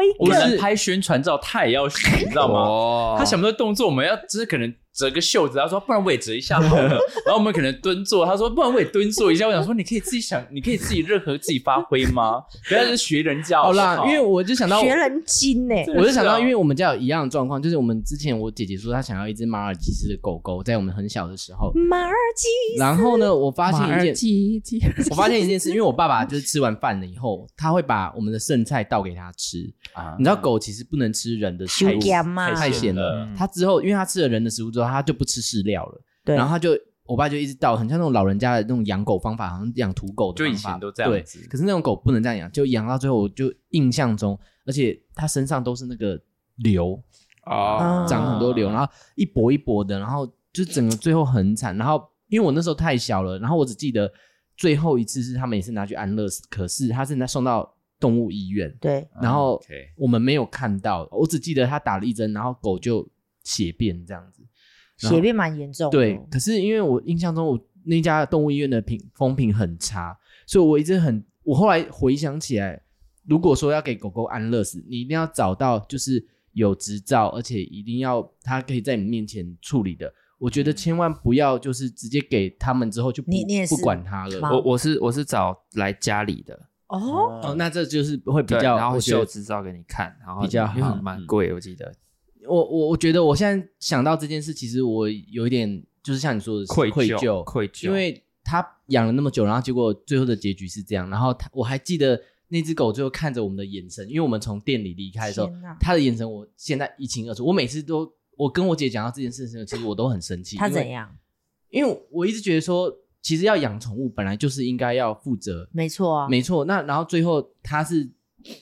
S5: 也有一
S4: 我
S5: 个。
S4: 们拍宣传照，他也要学，你知道吗？
S2: 哦
S4: 他想不到动作，我们要就是可能折个袖子，他说不然我也折一下 [LAUGHS] 好了。然后我们可能蹲坐，他说不然我也蹲坐一下。我想说你可以自己想，你可以自己任何自己发挥吗？ [LAUGHS] 不要就是学人家哦
S3: 好
S4: 不
S3: 啦，因为我就想到，
S5: 学人精呢、哎
S3: 我就想
S4: 是
S3: 到，
S4: 啊
S3: 因为我们家有一样的状况，就是我们之前我姐姐说她想要一只马尔济斯的狗狗，在我们很小的时候，
S5: 马尔基
S3: 然后呢，我发
S2: 马
S3: 现
S2: 尔
S3: 一件，
S2: 基基，
S3: 我发现一件事，因为我爸爸就是吃完饭了以后，他会把我们的剩菜倒给他吃，
S4: 啊
S3: 你知道狗其实不能吃人的食
S5: 太
S3: 物，
S5: 咸嘛
S3: 太咸了
S2: 嗯。
S3: 它之后，因为它吃了人的食物之后，它就不吃饲料了。
S5: 对
S3: 然后它就，我爸就一直倒，很像那种老人家的那种养狗方法，好像养土狗的
S4: 就以
S3: 方法
S4: 前都这样子
S3: 对，可是那种狗不能这样养，就养到最后，我就印象中，而且它身上都是那个瘤，
S2: 哦，
S5: 啊
S3: 长很多
S4: 嗯
S3: 瘤，然后一搏一搏的，然后就整个最后很惨。然后因为我那时候太小了，然后我只记得最后一次是他们也是拿去安乐死，可是他是拿送到动物医院，
S5: 对，
S4: 嗯
S3: 然后
S4: 啊 OK
S3: 我们没有看到，我只记得他打了一针，然后狗就血便这样子。然后
S5: 血便蛮严重的。
S3: 对，可是因为我印象中我那家动物医院的评风评很差，所以我一直很，我后来回想起来，如果说要给狗狗安乐死，你一定要找到就是有执照，而且一定要它可以在你面前处理的。我觉得千万不要就是直接给他们之后就不
S5: 嗯你你也
S3: 不
S5: 是
S3: 管它了
S5: 吗。
S2: 我我是我是找来家里的，嗯
S5: 哦，
S3: 哦，那这就是会比
S2: 对，
S3: 较，
S2: 然后
S3: 我觉得
S2: 秀执照给你看，然后
S3: 比较好
S2: 因为蛮贵，我记得
S3: 我我我觉得我现在想到这件事，其实我有一点就是像你说的愧
S2: 愧疚
S3: 疚，
S2: 愧疚
S3: 因为他养了那么久，然后结果最后的结局是这样。然后他我还记得那只狗最后看着我们的眼神，因为我们从店里离开的时候
S5: 天哪，
S3: 它的眼神我现在一清二楚。我每次都我跟我姐讲到这件事情，其实我都很生气。
S5: 他
S3: 因为
S5: 怎？样？
S3: 因为我一直觉得说，其实要养宠物本来就是应该要负责
S5: 没错啊，
S3: 没错，那然后最后他是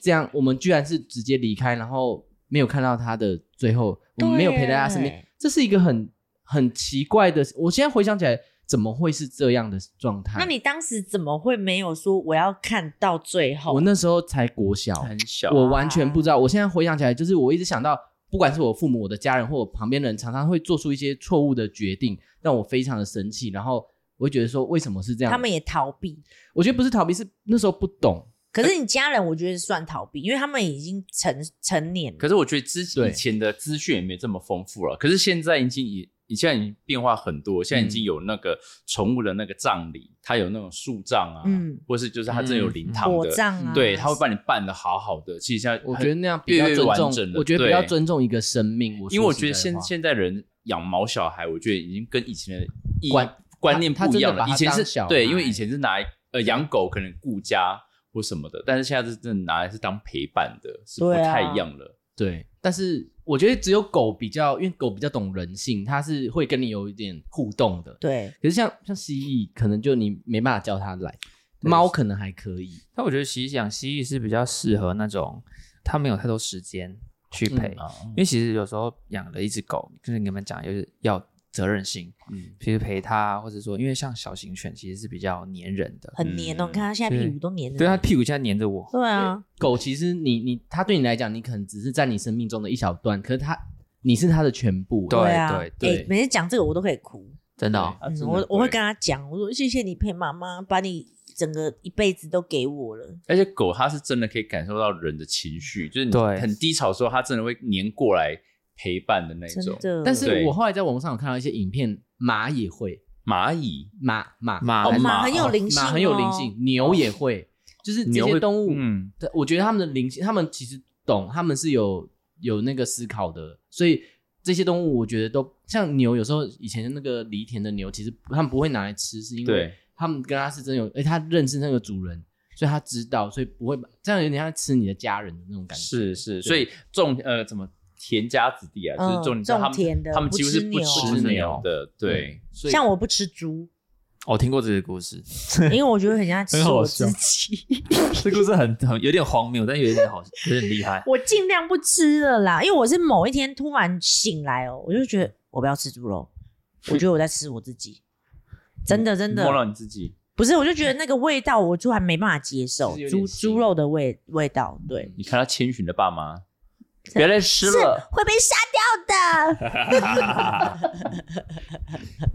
S3: 这样，我们居然是直接离开，然后没有看到他的最后，我们没有陪在他身边
S5: 对，
S3: 这是一个很很奇怪的。我现在回想起来，怎么会是这样的状态？
S5: 那你当时怎么会没有说我要看到最后？
S3: 我那时候才国小，
S4: 很小，
S3: 我完全不知
S5: 啊
S3: 道。我现在回想起来，就是我一直想到，不管是我父母、我的家人或我旁边的人，常常会做出一些错误的决定，让我非常的生气，然后我会觉得说，为什么是这样？
S5: 他们也逃避，
S3: 我觉得不是逃避，是那时候不懂。
S5: 可是你家人我觉得算逃避，因为他们已经成成年了。
S4: 可是我觉得之
S3: 对
S4: 以前的资讯也没这么丰富了，可是现在已经也，你现在已经变化很多，现在已经有那个宠物的那个葬礼，
S3: 嗯
S4: 它有那种树葬啊，
S5: 嗯
S4: 或是就是它真的有灵堂
S5: 火
S4: 的，
S5: 葬啊，
S4: 对，它会帮你办的好好的。其实现在
S3: 我
S4: 很
S3: 觉得那样比
S4: 越
S3: 较
S4: 来越
S3: 尊
S4: 完
S3: 重，
S4: 整了
S3: 我觉得比较
S4: 对
S3: 尊重一个生命。我
S4: 因为
S3: 说
S4: 我
S3: 实
S4: 觉得
S3: 在
S4: 现
S3: 话
S4: 现在人养毛小孩，我觉得已经跟以前的意义
S3: 观
S4: 观念
S3: 他
S4: 不一样
S3: 他。
S4: 了
S3: 真的把它
S4: 以前
S3: 当
S4: 是
S3: 小
S4: 对，
S3: 孩
S4: 因为以前是拿来呃养狗可能顾家或什么的，但是现在是真的拿来是当陪伴的，是不
S5: 对啊
S4: 太一样了。
S3: 对，但是我觉得只有狗比较，因为狗比较懂人性，它是会跟你有一点互动的。
S5: 对，
S3: 可是像像蜥蜴，可能就你没办法叫它来，猫可能还可以。
S2: 但我觉得其实养蜥蜴是比较适合那种他没有太多时间去陪，
S3: 嗯
S2: 因为其实有时候养了一只狗，就是你们讲就是要责任心，
S4: 嗯，
S2: 其实陪它，或者说因为像小型犬其实是比较粘人的，
S5: 很黏哦，
S4: 嗯
S5: 你看他现在屁股都黏着。
S2: 对它啊屁股现在粘着我，
S5: 对啊，
S3: 狗其实你你它对你来讲，你可能只是在你生命中的一小段，可是它你是它的全部。
S2: 对
S5: 啊
S2: 对，
S3: 对
S5: 哎每次讲这个我都可以哭。
S2: 真的、哦。
S4: 啊
S5: 嗯
S4: 真的
S5: 我我会跟他讲，我说谢谢你陪妈妈，把你整个一辈子都给我了。
S4: 而且狗它是真的可以感受到人的情绪，就是你
S2: 对
S4: 很低潮的时候，它真的会黏过来陪伴的那
S5: 真
S4: 种。
S5: 的，
S3: 但是
S4: 嗯对
S3: 我后来在网络上有看到一些影片，马也会，
S4: 蚂蚁，
S3: 马马
S2: 马
S4: 哦
S2: 还是
S5: 马很有灵性、哦
S3: 马很有灵。性，牛也会，就是这
S4: 牛
S3: 些
S4: 会
S3: 动物，
S4: 嗯，
S3: 对，我觉得他们的灵性，他们其实懂，他们是有有那个思考的，所以这些动物我觉得都像牛，有时候以前那个犁田的牛，其实他们不会拿来吃，是因为
S4: 对
S3: 他们跟它是真有，哎，它认识那个主人，所以它知道，所以不会把这样有点像吃你的家人的那种感觉。
S4: 是是，
S3: 对
S4: 所以种呃怎么田家子弟啊，就是
S5: 嗯
S4: 种他
S5: 种田
S4: 们
S5: 的
S4: 他们
S5: 不
S4: 几乎
S5: 吃
S4: 是不
S5: 牛
S4: 吃
S3: 不吃
S4: 牛
S3: 牛
S4: 的，对。
S3: 所以
S5: 像我不吃猪，
S2: 我哦听过这个故事，
S5: 因为我觉得很像吃
S2: 很好
S5: 我
S2: 笑
S5: 自己。
S2: [LAUGHS] 这故事很很有点荒谬，但有点好，有点厉害。
S5: 我尽量不吃了啦，因为我是某一天突然醒来哦，我就觉得我不要吃猪肉，我觉得我在吃我自己，真的真
S4: 摸到
S5: 的
S4: 你自己，
S5: 不是，我就觉得那个味道我突然没办法接受
S3: 就是有，点
S5: 猪
S3: 腥
S5: 猪肉的味味道，对，
S4: 你看他千寻的爸妈，不要再吃了。
S5: 会被杀掉的。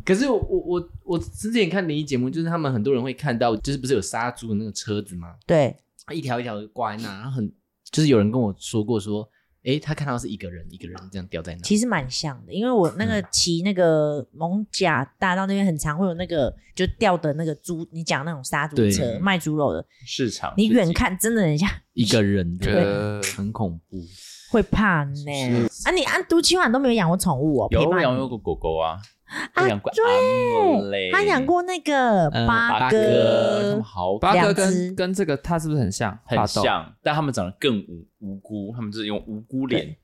S3: 可是我我我我之前看灵异节目，就是他们很多人会看到，就是不是有杀猪的那个车子吗？
S5: 对，
S3: 一条一条的挂在那，然后很就是有人跟我说过说，哎，他看到是一个人一个人这样吊在那。
S5: 其实蛮像的，因为我那个骑那个蒙甲大道那边很常会有那个就掉的那个猪，你讲那种杀猪
S3: 对
S5: 车卖猪肉的，
S4: 市场，
S5: 你远看真的很像 [LAUGHS]
S3: 一个人
S2: 觉
S3: 的
S2: 得，
S3: 很恐怖。
S5: 会怕呢。啊，你啊，独七晚都没有养过宠物哦，
S4: 有
S5: 陪
S4: 我
S5: 伴
S4: 养
S5: 你
S4: 过狗狗啊，
S5: 啊
S4: 我养过阿姆嘞，
S5: 他养过那个
S3: 嗯
S5: 八
S4: 八
S5: 哥
S4: 他，们好
S2: 八哥
S5: 两只
S2: 跟跟这个它是不是很像？
S4: 很
S2: 巴豆
S4: 像，但他们长得更无无辜，他们就是用无辜脸，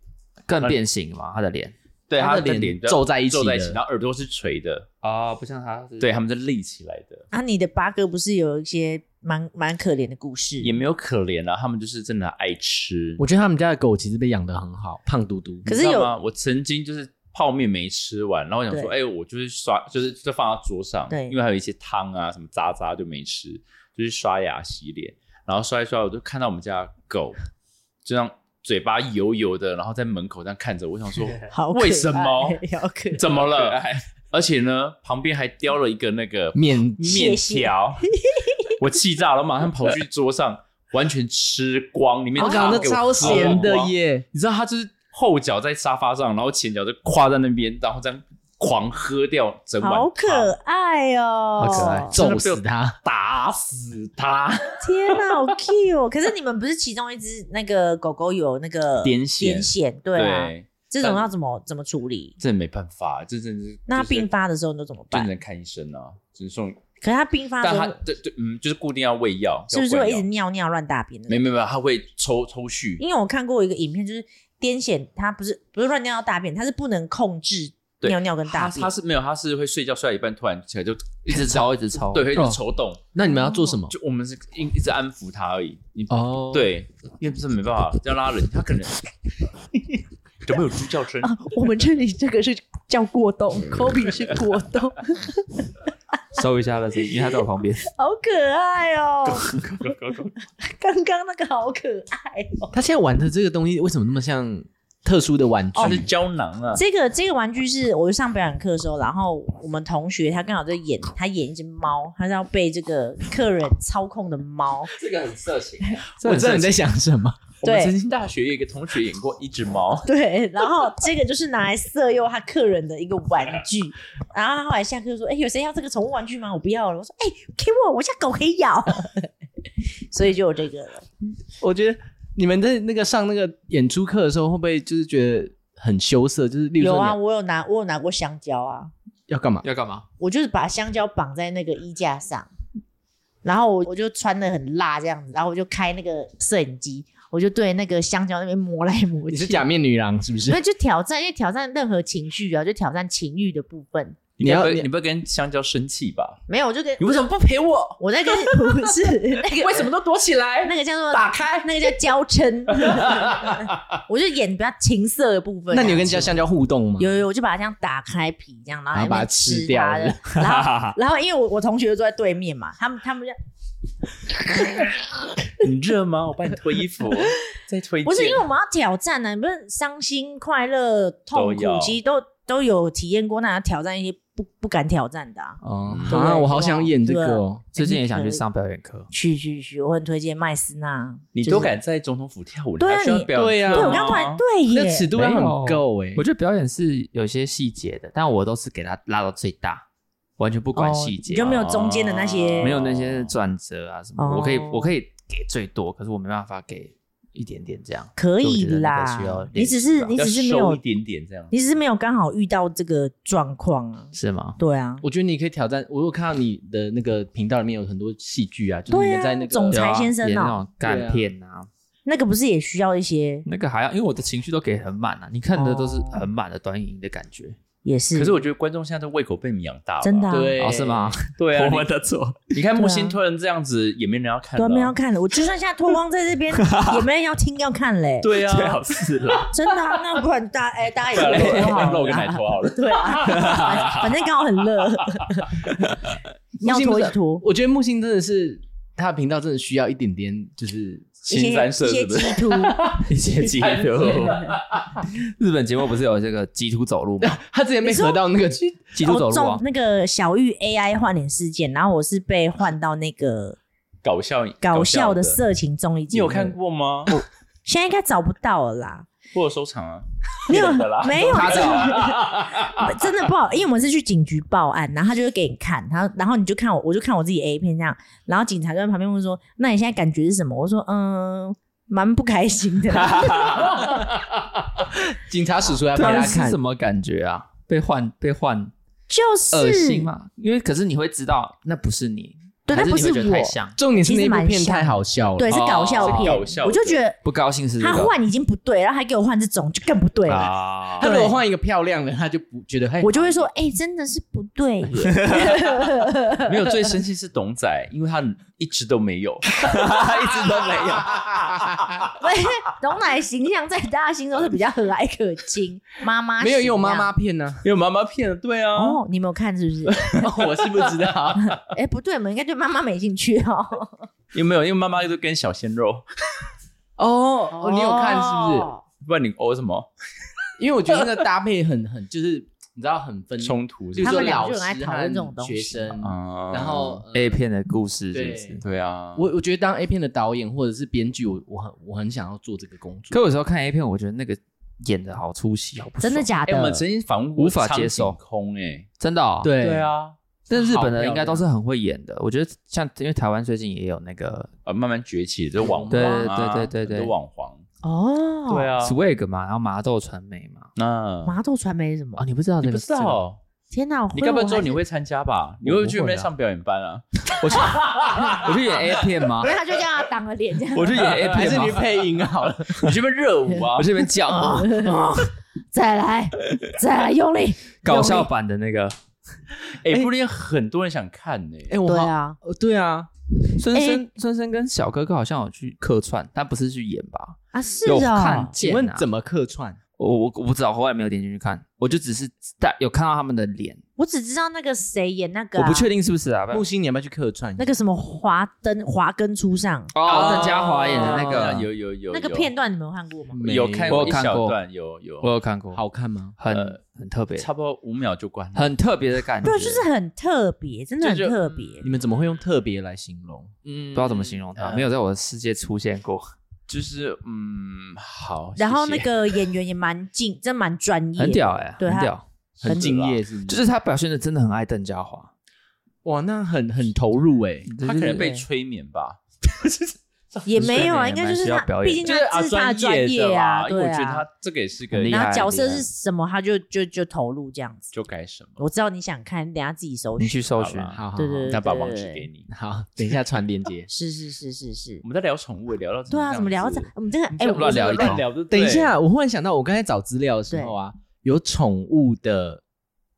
S2: 更变形嘛，它的脸。
S4: 对，
S3: 他
S4: 他
S3: 的脸
S4: 脸
S3: 皱在一起
S4: 皱在一起，
S3: 的
S4: 然后耳朵是垂的，
S2: 啊，不像他，
S4: 对，他们是立起来的，
S5: 啊，你的八哥不是有一些蛮蛮可怜的故事？
S4: 也没有可怜啊，他们就是真的爱吃。
S3: 我觉得他们家的狗其实被养得很好，胖嘟嘟。
S5: 可
S4: 你
S5: 是
S4: 知道
S5: 有
S4: 吗我曾经就是泡面没吃完，然后我想说，哎、我就是刷，就是就放到桌上，
S5: 对
S4: 因为还有一些汤啊什么渣渣就没吃，就是刷牙洗脸，然后刷一刷，我就看到我们家狗就像嘴巴油油的，然后在门口这样看着，我想说
S5: [LAUGHS] 好可爱
S4: 为什么？
S5: 好可 [LAUGHS] 爱
S4: 怎么了？而且呢，旁边还叼了一个那个
S3: 面
S4: 面条，我气炸了，马上跑去桌上，完全吃光，里面
S5: 哦
S3: 我讲的
S4: 给我
S3: 超
S4: 喝光
S3: 咸的
S4: 光
S3: 耶！
S4: 你知道他就是后脚在沙发上，然后前脚就跨在那边，然后这样狂喝掉整碗汤，
S5: 好可爱哦，
S3: 好可爱，
S4: 真
S3: 揍
S4: 的被我
S3: 死它！
S4: 打死他！
S5: 天哪，好 cute！哦可是你们不是其中一只那个狗狗有那个
S4: 癫痫
S5: 癫痫对啊，这种
S4: 但
S5: 要怎么怎么处理？
S4: 这没办法，这真的是
S5: 那
S4: 就是
S5: 病发的时候你都怎么
S4: 就
S5: 办
S4: 只？能看医生啊，只能送。
S5: 可是它病发的
S4: 但
S5: 时
S4: 他
S5: 候
S4: 对对嗯，就是固定要喂药，
S5: 是不是
S4: 要
S5: 会
S4: 喂
S5: 一
S4: 药
S5: 直尿尿乱大便的？
S4: 没没没，他会抽抽蓄，
S5: 因为我看过一个影片，就是癫痫，它不是不是乱尿到大便，它是不能控制
S4: 对
S5: 尿尿跟大
S4: 他
S5: 便
S4: 他。是没有，他是会睡觉睡到一半突然起来
S2: [LAUGHS]
S4: 就
S2: 一直抽一直抽，
S4: 对，，会一
S3: 哦
S4: 直抽动，
S3: 那你们要做什么？
S4: 就我们是一一直安抚他而已。你
S3: 哦，，
S4: 对，因为这没办法，要拉人，他可能有没有猪叫声？
S5: 啊我们这里这个是叫过动，Kobe 是过动，
S2: 收一下了，因为他在我旁边。
S5: 好可爱哦！ [LAUGHS] 刚刚那个好可爱哦。
S3: 他现在玩的这个东西为什么那么像特殊的玩具？
S2: 哦
S4: 它是胶囊啊，
S5: 这个这个玩具是我上表演课的时候，然后我们同学他刚好在演，他演一只猫，他是要被这个客人操控的猫。
S2: 这个很色情，
S3: 我知道你在想什么。
S4: 我们
S5: 对
S4: 曾经大学有一个同学演过一只猫，
S5: [LAUGHS] 对，然后这个就是拿来色诱他客人的一个玩具。然后他后来下课就说：“哎、有谁要这个宠物玩具吗？我不要了。”我说：“哎、给我，我家狗可以咬。” [LAUGHS] 所以就有这个了。
S3: 我觉得你们在那个上那个演出课的时候，会不会就是觉得很羞涩？就是例如
S5: 有
S3: 说
S5: 啊，
S3: 你
S5: 我有拿，我有拿过香蕉啊，
S3: 要干嘛？
S2: [LAUGHS] 要干嘛？
S5: 我就是把香蕉绑在那个衣架上，然后我我就穿的很辣这样子，然后我就开那个摄影机，我就对那个香蕉那边磨来磨
S3: 你
S5: 去。
S3: 是假面女郎是不是
S7: 那？就挑战，因为挑战任何情绪啊，就挑战情欲的部分。
S3: 你要
S4: 不会你不会跟香蕉生气吧？
S5: 没有，我就跟
S4: 你为什么不陪我？
S5: [LAUGHS] 我在跟不
S4: [LAUGHS]
S5: 是那个
S4: 为什么都躲起来？
S5: 那个叫做
S4: 打开
S5: 那个叫娇嗔，
S4: [LAUGHS]
S5: 我就演比较情色的部分。啊
S3: 那你有跟香香蕉互动吗？
S5: 有有有，我就把它这样打开皮，这样然后
S3: 然后把它
S5: 还没
S3: 吃
S5: 吃
S3: 掉
S5: 它的
S3: 是，
S5: 然后然后因为我我同学就坐在对面嘛，他们他们就
S4: 你热吗？我帮你脱衣
S2: [LAUGHS]
S4: 服，再脱一件。
S5: 不是因为我们要挑战啊呢、你不是伤心、快乐、痛
S4: 都
S5: 苦
S4: 有，
S5: 其实都都有体验过，那要挑战一些不不敢挑战的啊。
S3: 哦
S5: 对
S3: 啊，我好想演这个哦。
S2: 最近也想去上表演课，
S5: 去去去，我很推荐麦斯纳。
S4: 你
S5: 就是
S4: 都敢在总统府跳舞，
S5: 对啊
S4: 你还需要
S5: 你
S4: 表演
S5: 对
S4: 课
S5: 我
S4: 吗
S5: 刚突然对啊
S3: 那
S5: 耶，
S3: 尺度要很够哎
S2: 我，觉得表演是有些细节的，但我都是给它拉到最大，完全不管细
S5: 哦你
S2: 节，啊
S5: 就没有中间的那些
S4: 哦
S2: 没有那些转折啊什么的。
S5: 哦
S2: 我可以我可以给最多，可是我没办法给一点点这样。
S5: 可
S2: 所
S5: 以
S2: 以我觉得那个
S5: 啦
S2: 需要
S5: 你
S2: 练习吧
S5: 只是你
S4: 要
S5: 只是没有
S4: 收一点点这样。
S5: 你只是没有刚好遇到这个状况啊。
S2: 是吗？
S5: 对啊，
S3: 我觉得你可以挑战。我有看到你的那个频道里面有很多戏剧啊，就是
S5: 对啊
S3: 你们在那
S5: 总
S3: 个
S5: 裁先生哦
S2: 演那种干片啊，
S5: 那个不是也需要一些，
S2: 那个还要，因为我的情绪都给很满啊，你看的都是
S5: 哦
S2: 很满的短影音的感觉，
S5: 也是。
S4: 可是我觉得观众现在都胃口被你养大了，
S5: 嗯真的啊
S3: 对
S2: 哦，是吗？ [LAUGHS]
S4: 对啊，
S2: 的错，
S4: 你你看木
S5: 对啊
S4: 星突然这样子，也没人要看
S5: 对
S4: 了
S5: 啊，
S4: 啊，
S5: 没有要看了。我就算现在脱光在
S4: [LAUGHS]
S5: 这边，也没人要听要看嘞。
S4: 对啊，
S2: 最好是
S5: [LAUGHS]
S2: 啦。
S5: 真的啊，那不然大哎，大家
S4: 对啊，
S5: 也
S4: 露
S5: 不脱好
S4: 露个
S5: 了
S4: 奶
S5: 啊。
S4: 头好了。
S5: [LAUGHS] 对啊，反反正刚好很
S4: [LAUGHS]
S5: 热，要脱就脱。
S3: 我觉得木星真的是他的频道真的需要一点点，就是
S5: 一些
S4: 新三社
S5: 一
S4: 是
S5: 些
S4: 不是？[LAUGHS]
S5: 鸡突，
S2: 一些哦
S3: [LAUGHS]
S2: 基督，日本节目不是有这个基督走路吗？ [LAUGHS]
S3: 他之前被合到那个
S2: 基督走
S5: 我
S2: 路啊
S5: 中，那个小玉 AI 换脸事件，然后我是被换到那个
S4: 搞笑
S5: 搞笑
S4: 的
S5: 的，色情综艺
S4: 你
S5: 节目，
S4: 有看？过吗？
S5: 现在应该找不到了啦。
S4: [LAUGHS] 我有收藏啊，
S5: 没有
S4: 你
S5: [LAUGHS]
S4: 的啦，
S5: 没有
S4: 他的啊，
S5: [LAUGHS] 真的不好，因为我们是去警局报案，然后他就会给你看，然后然后你就看我，我就看我自己 A 片这样，然后警察就在旁边问说：“那你现在感觉是什么？”我说：“嗯，蛮不开心的。
S3: 警察叔叔来陪
S5: 啊
S2: 大
S3: 他
S2: 家啊是
S3: 看
S2: 什，么感觉啊？被换被换”
S5: [LAUGHS] 就
S2: 恶
S5: 是
S2: 心嘛？因为可是你会知道那不是你，
S5: 对，
S2: 还
S5: 但
S2: 是
S5: 不
S2: 你会
S5: 是
S2: 觉得太
S5: 我，
S2: 像，
S3: 重点是
S5: 其
S3: 那
S5: 实
S3: 一部
S5: 蛮
S3: 片
S5: 像
S3: 太好笑了，
S5: 对，是
S2: 哦
S5: 搞笑
S2: 是
S5: 片，
S4: 搞笑的
S5: 我就觉得
S2: 不高兴是这
S5: 他
S2: 个
S5: 换已经不对，然后还给我换这种，就更不对了。
S2: 啊
S3: 他如果换一个漂亮的，他就不觉得嘿
S5: 我就会说，哎、真的是不对耶，
S4: 没有最生气是董仔，因为他一直都没有，一直都没有。
S5: 董奶形象在大家心中是比较和蔼可亲，妈妈
S3: 没有
S5: 形
S3: 用妈
S5: 啊
S3: 妈片呢、
S4: 因为妈妈骗了，对啊，
S5: 哦，你没有看是不是？
S4: 我是不知道，
S5: [LAUGHS] 哎、不对，我们应该对妈妈没兴趣哦。
S4: 有没有？因为妈妈就跟小鲜肉，
S3: 哦哦，你有看是不是？
S5: 哦？
S4: 不然你哦什么
S3: 因为我觉得那个搭配很很就是你知道很分，
S4: 冲突
S3: 就是是
S4: 不
S5: 他
S4: 是？
S3: 说
S5: 们两
S3: 老
S5: 个就很爱
S3: 师
S5: 讨论这种
S3: 和
S5: 东
S3: 学
S5: 西
S3: 生，
S4: 啊
S3: 然后、呃
S2: 哦 A 片的故事是不
S3: 对
S2: 是？
S4: 对啊，
S3: 我我觉得当 A 片的导演或者是编剧，我我很我很想要做这个工作。
S2: 可有时候看 A 片，我觉得那个演的好出戏，好不
S5: 真的
S2: 爽？
S5: 假
S4: 哎，
S5: 的？
S4: 我们曾经访问
S2: 无法接受
S4: 空哎，
S2: 真的哦。，
S3: 对
S4: 对，啊，
S2: 但日本
S3: 好漂
S2: 的
S3: 亮
S2: 应该都是很会演的。我觉得像因为台湾最近也有那个
S4: 呃，慢慢崛起，就是网
S2: 对
S4: 黄啊
S2: 对对对对
S4: 很多网黄，
S5: 哦，
S4: 对，啊，
S2: Swag 嘛，然后麻豆传媒嘛。
S4: 那
S5: 麻豆传媒是什么
S2: 哦，？你不知道
S4: 你
S2: 这
S4: 不
S2: 个？
S4: 知道，
S5: 天哪，
S4: 你该不会
S5: 我还
S4: 之后
S5: 是
S4: 你？会参加吧？你
S2: 我
S4: 会
S2: 不
S4: 去那
S2: 会
S4: 边
S2: 啊
S4: 上表演班啊？
S2: 我去演 A 片吗
S4: [LAUGHS]
S5: 因？为他就这样挡了脸，这样
S2: 我去演 A
S3: 还是
S2: 片
S3: 你
S2: 吗？
S3: 配音好了，
S4: 你去那边热舞啊
S2: [LAUGHS] 我？这边讲 [LAUGHS] 啊
S5: [LAUGHS] 再来，再来用力。
S2: 搞笑版的那个
S4: 哎，不定很多人想看呢。
S3: 哎，我
S5: 对
S3: 好，
S5: 啊，
S3: 呃对啊，
S2: 孙
S4: 哎
S2: 生，孙生跟小哥哥好像有去客串，但不是去演吧？
S5: 啊是
S2: 有
S5: 啊
S2: 看，
S3: 请问
S2: 见啊
S3: 怎么客串？
S2: 我我我不知道，我后来没有点进去看，我就只是在有看到他们的脸，
S5: 我只知道那个谁演那个
S2: 我
S5: 啊，
S2: 不确定是不是啊。
S3: 木星，你要不要去客串？
S5: 那个什么华灯华根初上
S2: 哦，邓家华演的那
S3: 啊
S2: 个，
S4: 哦有有有
S5: 那个
S4: 有
S5: 片段，你们有看过吗？
S3: 没
S4: 有看
S2: 我
S4: 过
S2: 有
S4: 一
S2: 看
S4: 小
S2: 过
S4: 段，有有
S2: 我有看过，
S3: 好看吗？
S2: 很
S4: 呃
S2: 很特别，
S4: 差不多五秒就关了。
S2: 很特别的感觉，
S5: 对，就是很特别，真的很
S4: 这就
S5: 特别
S3: 你。们怎么会用特别来形容？
S4: 嗯，
S2: 不知道怎么形容它，没有在我的世界出现过。
S4: 就是嗯，好。
S5: 然后
S4: 谢
S5: 那
S4: 谢
S5: 个演员也蛮敬，真蛮专
S4: 嗯
S5: 业，
S2: 很屌哎、
S5: 对
S2: 很
S5: 他
S2: 屌，
S3: 很
S5: 很啊
S3: 敬业是不是？
S2: 就是他表现的真的很爱邓家华，
S3: 哇，那很很投入哎，
S4: 他可能被
S2: 就是
S4: 催眠吧，
S5: 也没有啊，
S2: 是
S5: 应
S2: 的
S5: 该就是
S2: 也蛮需要
S5: 他
S2: 表，演
S5: 毕竟
S4: 就是
S5: 他
S4: 啊
S5: 这是他的专
S4: 专
S5: 业
S4: 的
S5: 啊，
S4: 啦。因为
S5: 对
S4: 我觉得
S5: 啊
S4: 他。这个也是个
S2: 很厉害
S5: 然后角色
S2: 厉害
S5: 是什么，他就就就投入这样子。
S4: 就该什么。
S5: 我知道你想看，等一下自己搜
S2: 你
S5: 寻。
S2: 去搜寻
S4: 好。啦
S3: 好好
S5: 对对对。
S4: 那把网址给你。
S3: 好，等一下传链接
S5: 是是是是是
S2: 嗯
S4: 我，们在聊宠物，聊到
S5: 对啊，
S4: 怎
S5: 怎么聊
S4: 这
S5: 这
S4: 样子？
S5: 我们这个哎，
S2: 这
S5: 我
S2: 么乱聊一通
S4: 乱聊就对
S3: 等一，下，我忽然想到，我刚才找资料的时候啊，有宠物的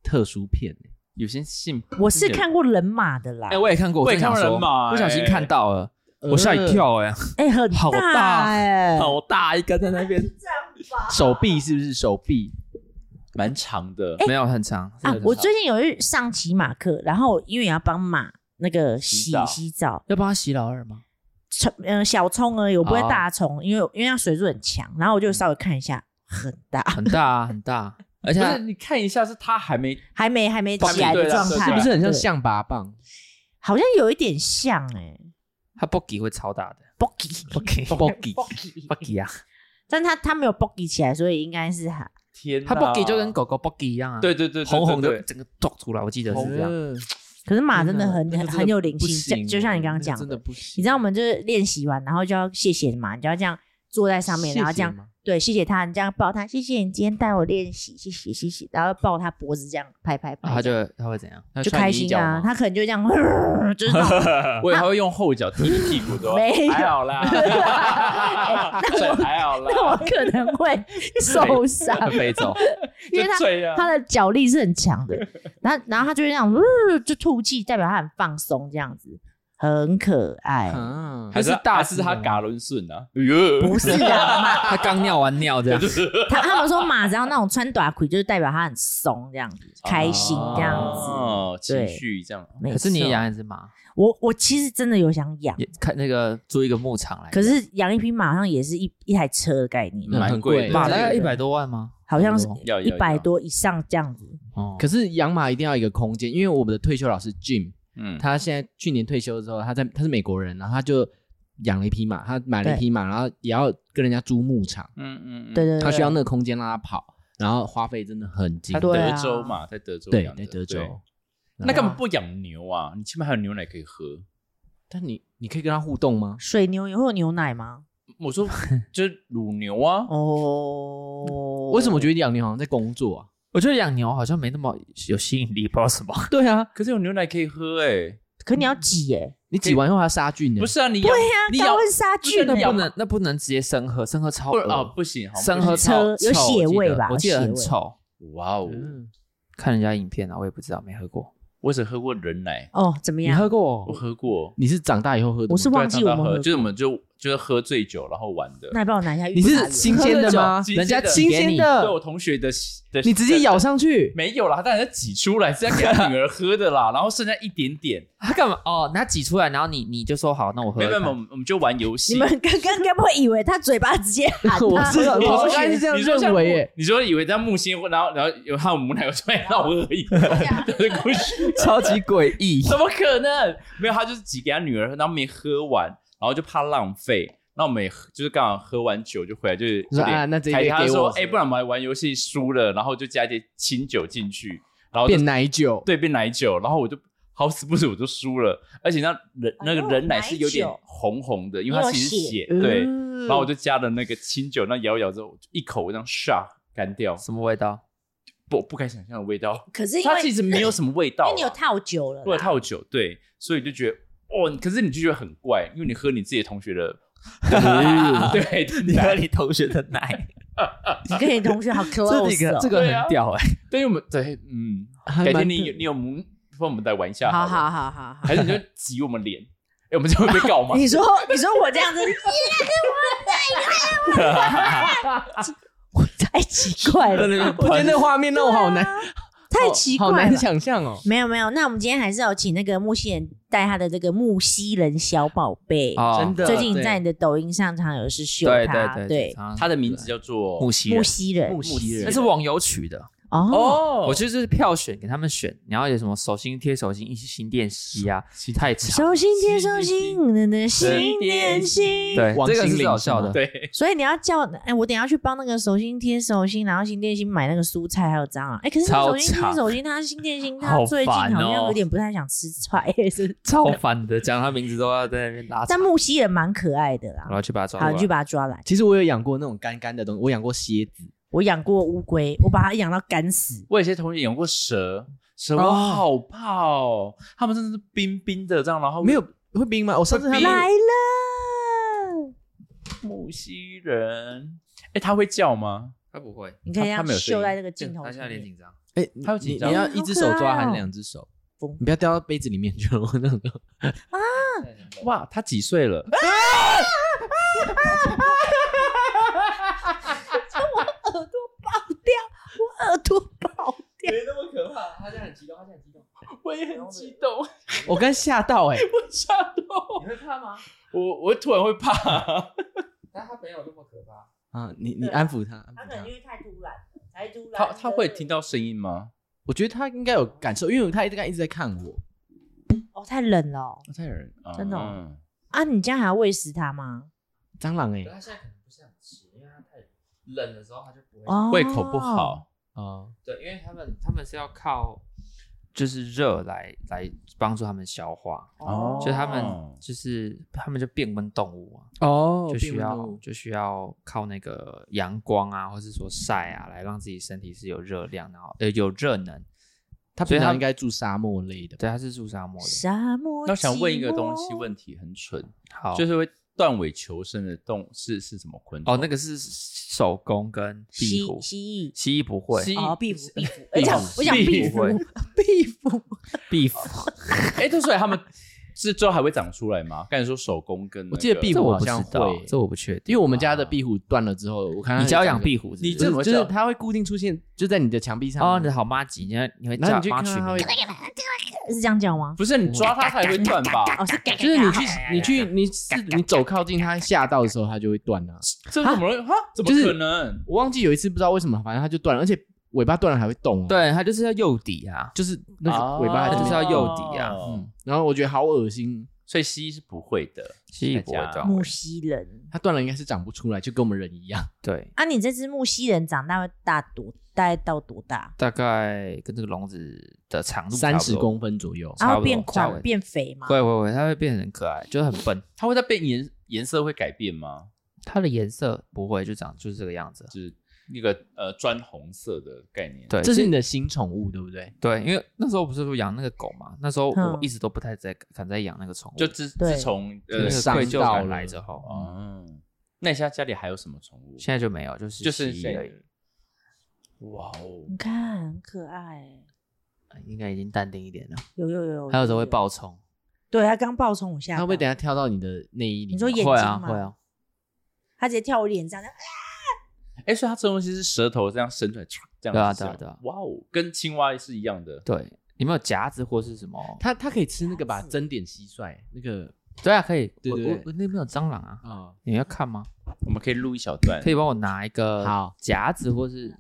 S3: 特殊片欸，
S4: 有些信
S5: 我是看过人马的啦
S2: 哎、，我也看过，
S4: 我也
S2: 正想
S4: 看过人
S2: 说
S4: 马
S2: 不小心
S4: 哎
S2: 看到了，我吓一跳哎、
S5: 哎，很
S2: 好大
S5: 哎，
S2: 好大一个在那
S5: [LAUGHS]
S2: 边，
S3: 呃。手臂是不是手臂？
S4: 蛮长的。
S2: 没有很长
S5: 啊
S2: 真！的
S5: 我
S2: 很长
S5: 最近有去上骑马课，然后因为也要帮马那个洗
S4: 洗澡
S5: 洗澡，
S2: 要帮他洗老二吗？
S5: 虫嗯、小虫而已，我不会
S2: 哦嗯
S5: 大虫，因为因为它水柱很强，然后我就稍微看一下，很大，
S2: 很大啊，很大，而
S4: [LAUGHS]
S2: 且
S4: 不
S2: 他
S4: 是，你看一下，是他还没
S5: 还没还没
S4: 还没
S5: 起来的
S4: 对啦
S5: 状态，
S4: 是
S3: 是不是很像
S5: 对？
S3: 象拔蚌？
S5: 好像有一点像哎、
S2: 他 boggy 会超大的
S5: boggy [LAUGHS]
S2: ，boggy boggy 啊，
S5: 但它它没有 boggy 起来，所以应该是还
S4: 天哪，
S2: 他 boggy 就跟狗狗 boggy 一样啊，
S4: 啊对对对对
S2: 红红
S4: 对
S2: 的
S4: 对
S2: 整个撞出来，我记得是这样。
S3: 呃
S5: 可是马真的
S3: 天哪
S5: 很
S3: 那个
S5: 很
S3: 真的
S5: 很有灵
S3: 不
S5: 性，
S3: 行欸
S5: 就就像你刚刚讲
S3: 那个真的不行。
S5: 你知道我们就是练习完，然后就要谢谢马，你就要这样坐在上面，然后这样
S3: 谢谢吗
S5: 对，谢谢他，你这样抱他，谢谢你今天带我练习，谢谢谢谢，然后抱他脖子这样拍拍
S2: 啊
S5: 拍，
S2: 他就他会怎样？
S3: 他
S5: 就
S3: 踹
S5: 开
S3: 你一
S5: 心
S3: 脚
S5: 啊
S3: 吗，
S5: 他可能就这样， [LAUGHS] 呃就是那种
S4: 我也还会用后脚踢你屁股的哦，
S5: 没有
S4: 还好啦，嘴还啊好
S5: [LAUGHS] 那我
S4: 啦，
S5: 可能会
S3: [LAUGHS]
S5: 受伤，
S2: 飞 [LAUGHS] 走，
S5: 因为
S4: 就
S5: 他
S4: 醉啊
S5: 他的脚力是很强的，然后然后他就会这样，呃就吐气，代表他很放松，这样子很可爱。
S3: 啊
S4: 还是
S2: 还是大
S4: 大
S2: 只
S4: 是他
S2: 的
S4: 嘎伦顺啊，
S5: 不是
S4: [LAUGHS]
S5: 啊，马
S2: 他刚尿完尿这样。
S5: [LAUGHS] 他他们说马只要那种穿短裤，就是代表他很松这样子，开心这样子。
S4: 哦，情
S5: 对
S4: 绪这样，
S5: 没
S2: 可是你啊也
S5: 错
S2: 养一只马，
S5: 我，我其实真的有想养，
S2: 也看那个租一个牧场来，
S5: 可是养一匹马好像也是一一台车的概念，啊
S3: 嗯
S4: 蛮
S3: 很
S4: 贵
S3: 贵
S4: 的，
S2: 马
S3: 对
S2: 大概
S3: 对
S2: 一百多万吗？
S5: 好像是
S4: 要
S5: 一
S4: 要
S5: 百
S4: 要
S5: 多以上这样子。
S2: 哦，
S3: 可是养马一定要有一个空间，因为我们的退休老师 Jim，
S4: 嗯，
S3: 他现在去年退休之后，他在他是美国人，然后他就养了一匹马，他买了一匹马，然后也要跟人家租牧场，
S4: 嗯嗯，嗯
S5: 对，对对，
S3: 他需要那个空间让他跑，然后花费真的很惊
S4: 他
S3: 人。
S5: 对啊
S4: 德州嘛，在德州
S3: 对，啊
S4: 养的
S3: 在德州，，
S4: 那干嘛不养牛啊？你起码还有牛奶可以喝。
S3: 但你你可以跟他互动吗？
S5: 水牛也会有牛奶吗？
S4: 我说就是乳牛啊，
S5: 哦，
S3: 为什么我觉得养牛好像在工作啊？
S2: 我觉得养牛好像没那么有吸引力，不知道什么。
S3: 对啊，
S4: 可是有牛奶可以喝哎，
S7: 可你要挤耶、
S3: 你挤完以后还要杀菌呢？
S4: 不是啊，你对呀你
S7: 高
S4: 咬
S7: 温杀
S4: 是
S7: 菌
S4: 那
S7: 呢
S4: 不。
S2: 不能那不能直接生喝，生喝超
S4: 不
S2: 恶
S4: 哦，不行，好
S2: 生
S4: 不
S2: 喝
S4: 行
S2: 超
S7: 有
S2: 臭
S7: 血
S2: 我记
S7: 味
S2: 得
S7: 吧
S2: 我记
S7: 有
S2: 得
S7: 血
S2: 很
S7: 味
S2: 臭。
S4: 哇哦，
S3: 嗯，
S2: 看人家影片啊，我也不知道，没喝过。
S4: 我只喝过人奶，
S7: 哦，怎么
S2: 你
S7: 样？
S2: 喝过
S4: 我？喝过，
S3: 你是长大以后喝的吗？
S7: 我是忘记
S4: 对
S7: 我
S4: 啊
S7: 们
S4: 常常
S7: 喝
S4: 喝，就是我们就就是喝醉酒然后玩的。
S7: 那你帮我拿一下浴
S3: 你
S7: 霸
S3: 是
S7: 的。
S3: 新鲜的吗？
S4: 新鲜的
S3: 人家新鲜
S4: 对我
S3: 的，
S4: 同学的的，
S3: 你直接咬上去，
S4: 没有啦，他当然是挤出来，是要给他女儿喝的啦，然后剩下一点点。
S2: 他干嘛？哦，拿挤出来，然后你你就说好，那我喝
S4: 没
S2: 喝看。
S4: 有没有，我们我们就玩游戏。
S5: 你们刚刚该不会以为他嘴巴直接喊
S3: [LAUGHS] 我
S5: 他
S3: 是
S4: 你说
S3: 我刚才是这样
S4: 你说像
S3: 认为耶，
S4: 你说以为在木星，然后然后有他有母奶，我说哎，那我
S7: [LAUGHS]
S4: 喝一口的故事，
S3: 超级诡异。
S5: [LAUGHS]
S4: 怎么可能？没有，他就是挤给他女儿喝，然后没喝完，然后就怕浪费。那我们也喝就是刚好喝完酒就回来，就是
S3: 你说
S4: 有点
S3: 啊那这一
S4: 开
S3: 杯
S4: 心他
S3: 给
S4: 就说
S3: 我
S4: 哎，不然我们来玩游戏输了，然后就加一些清酒进去，然后就
S3: 变奶酒，
S4: 对变奶酒，然后我就好死不死我就输了，而且那人
S5: 哎
S4: 那个人奶是有点红红的，因为它其实是血，对。
S3: 嗯
S4: 然后我就加了那个清酒，那摇一摇之后，我就一口我这样唰干掉，
S2: 什么味道？
S4: 不不敢想象的味道。
S5: 可是因
S4: 它
S5: 为
S4: 其实没有什么味道
S5: 因
S4: 啊，
S5: 为你有套酒了啦，
S4: 或者套酒，对，所以就觉得哦，可是你就觉得很怪，因为你喝你自己的同学的，对，你喝你，
S2: 同学的奶，
S7: 你跟你同学好 close 哦。
S4: 个很
S2: 屌哎！
S4: 对，因为我们对，嗯，
S3: 还
S4: 改
S3: 蛮
S4: 天你有你有母，帮我们来玩一下，好
S5: 好好
S4: 了，
S5: 好好好。？
S4: 还是你就挤我们脸，哎，我们就会被告吗
S5: 你说你说我这样子，我太奇怪了，
S3: 我觉得 [LAUGHS] 那画面让我好
S4: 啊
S3: 难，
S5: 太奇
S3: 好
S5: 怪
S3: 难
S5: 了。
S3: 想象哦。
S5: 没有没有，那我们今天还是要请那个木西人带他的这个木西人小宝贝，
S2: 哦，
S3: 真的
S5: 最近在你的抖音上常有是秀
S2: 对
S5: 他，
S2: 对
S5: 对
S2: 常常
S4: 他的名字叫
S2: [LAUGHS]
S4: 做
S2: 木西
S5: 木
S2: 人，
S5: 西人
S3: 木西
S2: 那
S3: 人
S2: 是网友取的。
S5: 哦，
S4: 哦，
S2: 我就是票选给他们选，然后有什么手心贴手心，一起心电吸啊，太长。
S5: 手心贴手心，人的心连心。
S2: 对，
S3: 王
S2: 这个
S3: 心
S2: 是
S3: 凌
S2: 搞
S3: 是吗
S2: 笑的。
S4: 对，
S5: 所以你要叫，哎，我等一下去帮那个手心贴手心，然后心电心买那个蔬菜还有蟑螂。哎，可是那个
S2: 超
S5: 手心贴
S2: 长
S5: 手心，他心电心
S2: 好
S5: 他最近好
S2: 烦哦
S5: 像有点不太想吃菜， [LAUGHS] 是
S2: 超烦的，讲他名字都要在那边拉扯
S5: 但。木西人蛮可爱的
S2: 我
S4: 啊
S2: 啊
S5: 啦。
S2: 要去把他抓
S5: 好，
S2: 过
S5: 你
S2: 来。
S5: 去把它抓来。
S3: 其实我有养过那种干干的东西，我养过蝎子，
S5: 我养过乌龟，我把它养到干死。
S4: 我有些同学养过蛇，蛇我
S3: 哦
S4: 好怕哦，他们真的是冰冰的这样，然后
S3: 没有哦会冰吗？我上次
S4: 会
S3: 他
S4: 冰
S3: 们
S5: 来了，
S4: 木西人，哎，他会叫吗？
S2: 他不会，
S5: 你看
S4: 他
S5: 他
S4: 没有声音
S5: 秀在这个镜头
S2: 他
S5: 前
S2: 现在有点
S5: 面，
S2: 紧张。
S3: 哎，
S4: 他有
S3: 你
S4: 紧
S3: 你
S4: 张
S3: 要一只手抓还
S5: 好可爱哦
S3: 是两只手？
S5: 疯
S3: 你不要掉到杯子里面去了，那种。 [LAUGHS]
S4: 哇，他几岁了？
S5: 耳朵爆掉。
S4: 那么可怕，他现在很激动，他现在很激动，我也很激动，
S3: 我刚
S2: [LAUGHS]
S3: 吓到哎，
S4: 我吓到。你会怕吗？我我突然会怕，
S2: 但他没有那么可怕。
S3: 啊，你你安抚他，安
S5: 他
S3: 抚
S5: 可能
S3: 他
S5: 就。是太突然了，太突然。
S4: 他他会听到声音吗？
S3: 我觉得他应该有感受，因为他一直刚一直在看我。
S5: 哦，太冷了哦
S4: 他有人
S5: 真的哦
S4: 嗯
S5: 啊！你这样还要喂食它吗？
S3: 蟑螂哎，
S2: 他现在可能不是很吃，因为他太冷的时候他就不会
S5: 哦，
S4: 胃口不。好，
S3: 哦，
S2: 对，因为他们他们是要靠就是热来来帮助他们消化，
S4: 哦
S2: 就他们就是他们就变温动物啊，
S3: 哦
S2: 就需
S3: 并不
S2: 要
S3: 能
S2: 就需要靠那个阳光啊，或是说晒啊，来让自己身体是有热量，然后呃有热能。
S3: 他
S2: 所以
S3: 平
S2: 他
S3: 常应该住沙漠类的吧。
S2: 对，它是住沙漠的。
S5: 沙漠。
S4: 那我想问一个东西，，问题很蠢，
S2: 好，
S4: 就是会断尾求生的动是是什么昆虫？
S2: 哦，那个是手工跟壁
S5: 蜥
S2: 虎，
S5: 蜥蜴
S2: 蜥蜴不会，
S4: 蜥蜴
S5: 哦，壁虎壁虎，我
S4: 壁
S5: 讲
S4: 虎
S5: 我讲壁
S2: 不
S5: 虎
S2: 会，
S5: 壁虎，
S2: 壁虎
S4: 哎，对，所以他们是最后还会长出来吗？刚才说手工跟那个
S3: 我记得壁
S2: 这
S3: 虎
S2: 我
S3: 好
S2: 不
S3: 像
S2: 知道
S3: 会，
S2: 这我不确定。
S3: 因为我们家的壁虎断了之后，我看它
S2: 你只要
S3: 长
S2: 养
S3: 得
S2: 壁虎是不是，
S3: 啊你
S4: 这
S3: 这
S4: 怎么
S3: 就是
S4: 叫
S3: 它会固定出现，就在你的墙壁上
S2: 哦，你好妈吉，你会你会
S3: 然后
S2: 叫
S3: 你就
S2: 妈
S3: 看
S2: 取
S3: 它会
S2: 名，，
S5: 哎是这样讲吗？
S4: 不是你抓它才会断吧？
S5: 哦，是 [LAUGHS]
S3: 就是你去你去你是你走靠近它吓到的时候，它就会断啊。
S4: [LAUGHS] 这怎么会哈？怎么
S3: 就是
S4: 可能？
S3: 我忘记有一次不知道为什么，反正它就断了，而且尾巴断了还会动哦。，
S2: 对，它就是要诱敌啊，
S3: 就是那个尾巴还
S2: 它就
S3: 在
S2: 是
S3: 那
S2: 要
S3: 边
S2: 诱敌啊
S4: 哦
S3: 嗯，然后我觉得好恶心，
S4: 所以蜥蜴是不会的，
S2: 蜥蜴不会
S4: 大家
S2: 断
S5: 木
S2: 尾。
S5: 西人
S3: 它断了应该是长不出来，就跟我们人一样。
S2: 对，
S5: 啊！你这只木西人长大会大多大概到多大？
S2: 大概跟这个笼子的长度
S3: 三
S2: 差不
S3: 十
S2: 多
S3: 公，分左右，
S5: 然后
S2: 差不多
S5: 变
S2: 价
S5: 宽
S2: 位
S5: 变肥吗？
S2: 会会会，它会变得很可爱，就是很笨。
S4: 它会在变颜颜色会改变吗？
S2: 它的颜色不会就长就是这个样子，
S4: 就是那个呃砖红色的概念。
S2: 对，
S3: 这是你的新宠物，对不对？
S2: 对，因为那时候不是说养那个狗嘛，那时候
S5: 嗯
S2: 我一直都不太在敢再养那个宠物，
S4: 就自
S7: 对
S4: 自从
S2: 那
S4: 呃
S2: 个
S3: 伤
S2: 愧疚
S3: 到了
S2: 感
S3: 哦
S2: 来之后，
S4: 嗯，那你现在家里还有什么宠物？
S2: 啊现在就没有，就是
S4: 就是
S2: 蜥
S4: 现
S2: 蜴
S4: 在
S2: 而已，
S4: 哇哦，
S5: 你看很可爱，
S2: 应该已经淡定一点了。
S5: 有有有，
S2: 还有时候会，爆冲，
S5: 对他刚爆冲我吓
S3: 它
S5: 到，
S3: 会不会等下跳到你的内衣里面？哦
S5: 你说眼睛
S2: 会啊
S5: 吗
S2: 会啊，
S5: 他直接跳我脸上，
S4: 哎，所以它这东西是舌头这样伸出来，唰这样
S2: 对啊
S4: 子是吗
S2: 对啊对啊
S4: 哇哦，跟青蛙是一样的。
S2: 对，你们有夹子或是什么？
S3: 它它可以吃那个吧，真点蟋蟀那个
S2: 对啊，可以，
S3: 对
S2: 我
S3: 对对
S2: 我我那边有蟑螂啊，
S3: 啊，
S2: 你们要看吗？
S4: 我们可以录一小段，
S2: 可以帮我拿一个
S3: 好
S2: 夹子或是，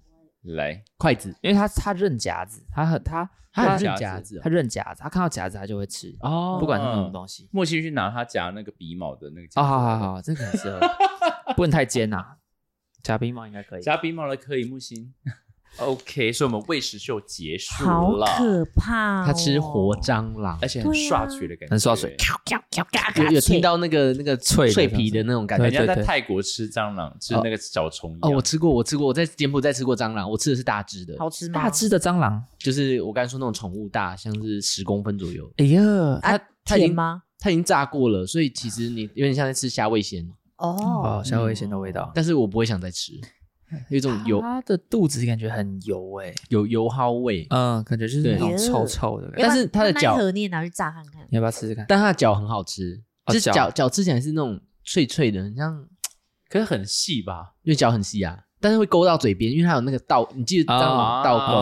S4: 来，
S3: 筷子
S2: 因为它它认夹子，它很它
S3: 它很
S4: 它
S3: 认
S4: 夹
S3: 夹
S4: 子
S3: 子哦
S2: 它认夹子，它看到夹子它就会吃，
S3: 哦
S2: 不管是什么东西。
S4: 莫西去拿它夹那个鼻毛的那个夹
S2: 哦，
S4: 子
S2: 好好好，这个很适合，不能太尖呐，夹冰帽应该可以。
S4: 夹鼻毛的可以，木星。OK，所以我们喂食秀结束
S5: 好
S4: 了，
S5: 可怕、哦，
S3: 它吃活蟑螂
S4: 而，且很
S5: 对啊
S4: 刷嘴的感觉，
S2: 很刷嘴
S3: 有有听到那个那个脆脆
S2: 脆的
S3: 皮的那种感
S2: 对
S3: 觉
S4: 人
S2: 对。
S4: 家在泰国吃蟑螂，吃那个小虫一
S3: 哦，
S4: 样。
S3: 我吃过，我吃过，我在柬埔寨吃过蟑螂，我吃的是大只的，
S5: 好吃吗？
S2: 大只的蟑螂，
S3: 就是我刚才说那种宠物大，像是十公分左右。
S2: 哎呀，
S3: 它它已
S5: 甜
S3: 经
S5: 吗？
S3: 它已经炸过了，所以其实你有点像在吃虾味鲜，
S5: 哦，
S2: 哦，夏威夷鲜的味道，
S3: 但是我不会想再吃，有一种油
S2: 它的肚子感觉很油哎，
S3: 有油耗味，
S2: 嗯，感觉就是
S3: 对
S2: 那种
S5: 耶
S2: 臭臭的感觉。
S3: 但是它的脚
S7: 那一盒你也拿去炸看看，
S2: 你要不要试试 [LAUGHS] 看？
S3: 但它的脚很好吃，
S2: 哦
S3: 就是
S2: 脚
S3: 脚脚吃起来是那种脆脆的，很像，
S4: 可是很细吧？
S3: 因为脚很细啊，但是会勾到嘴边，因为它有那个倒，你记得蟑螂
S4: 哦
S3: 倒
S2: 哦
S3: 钩，
S2: 哦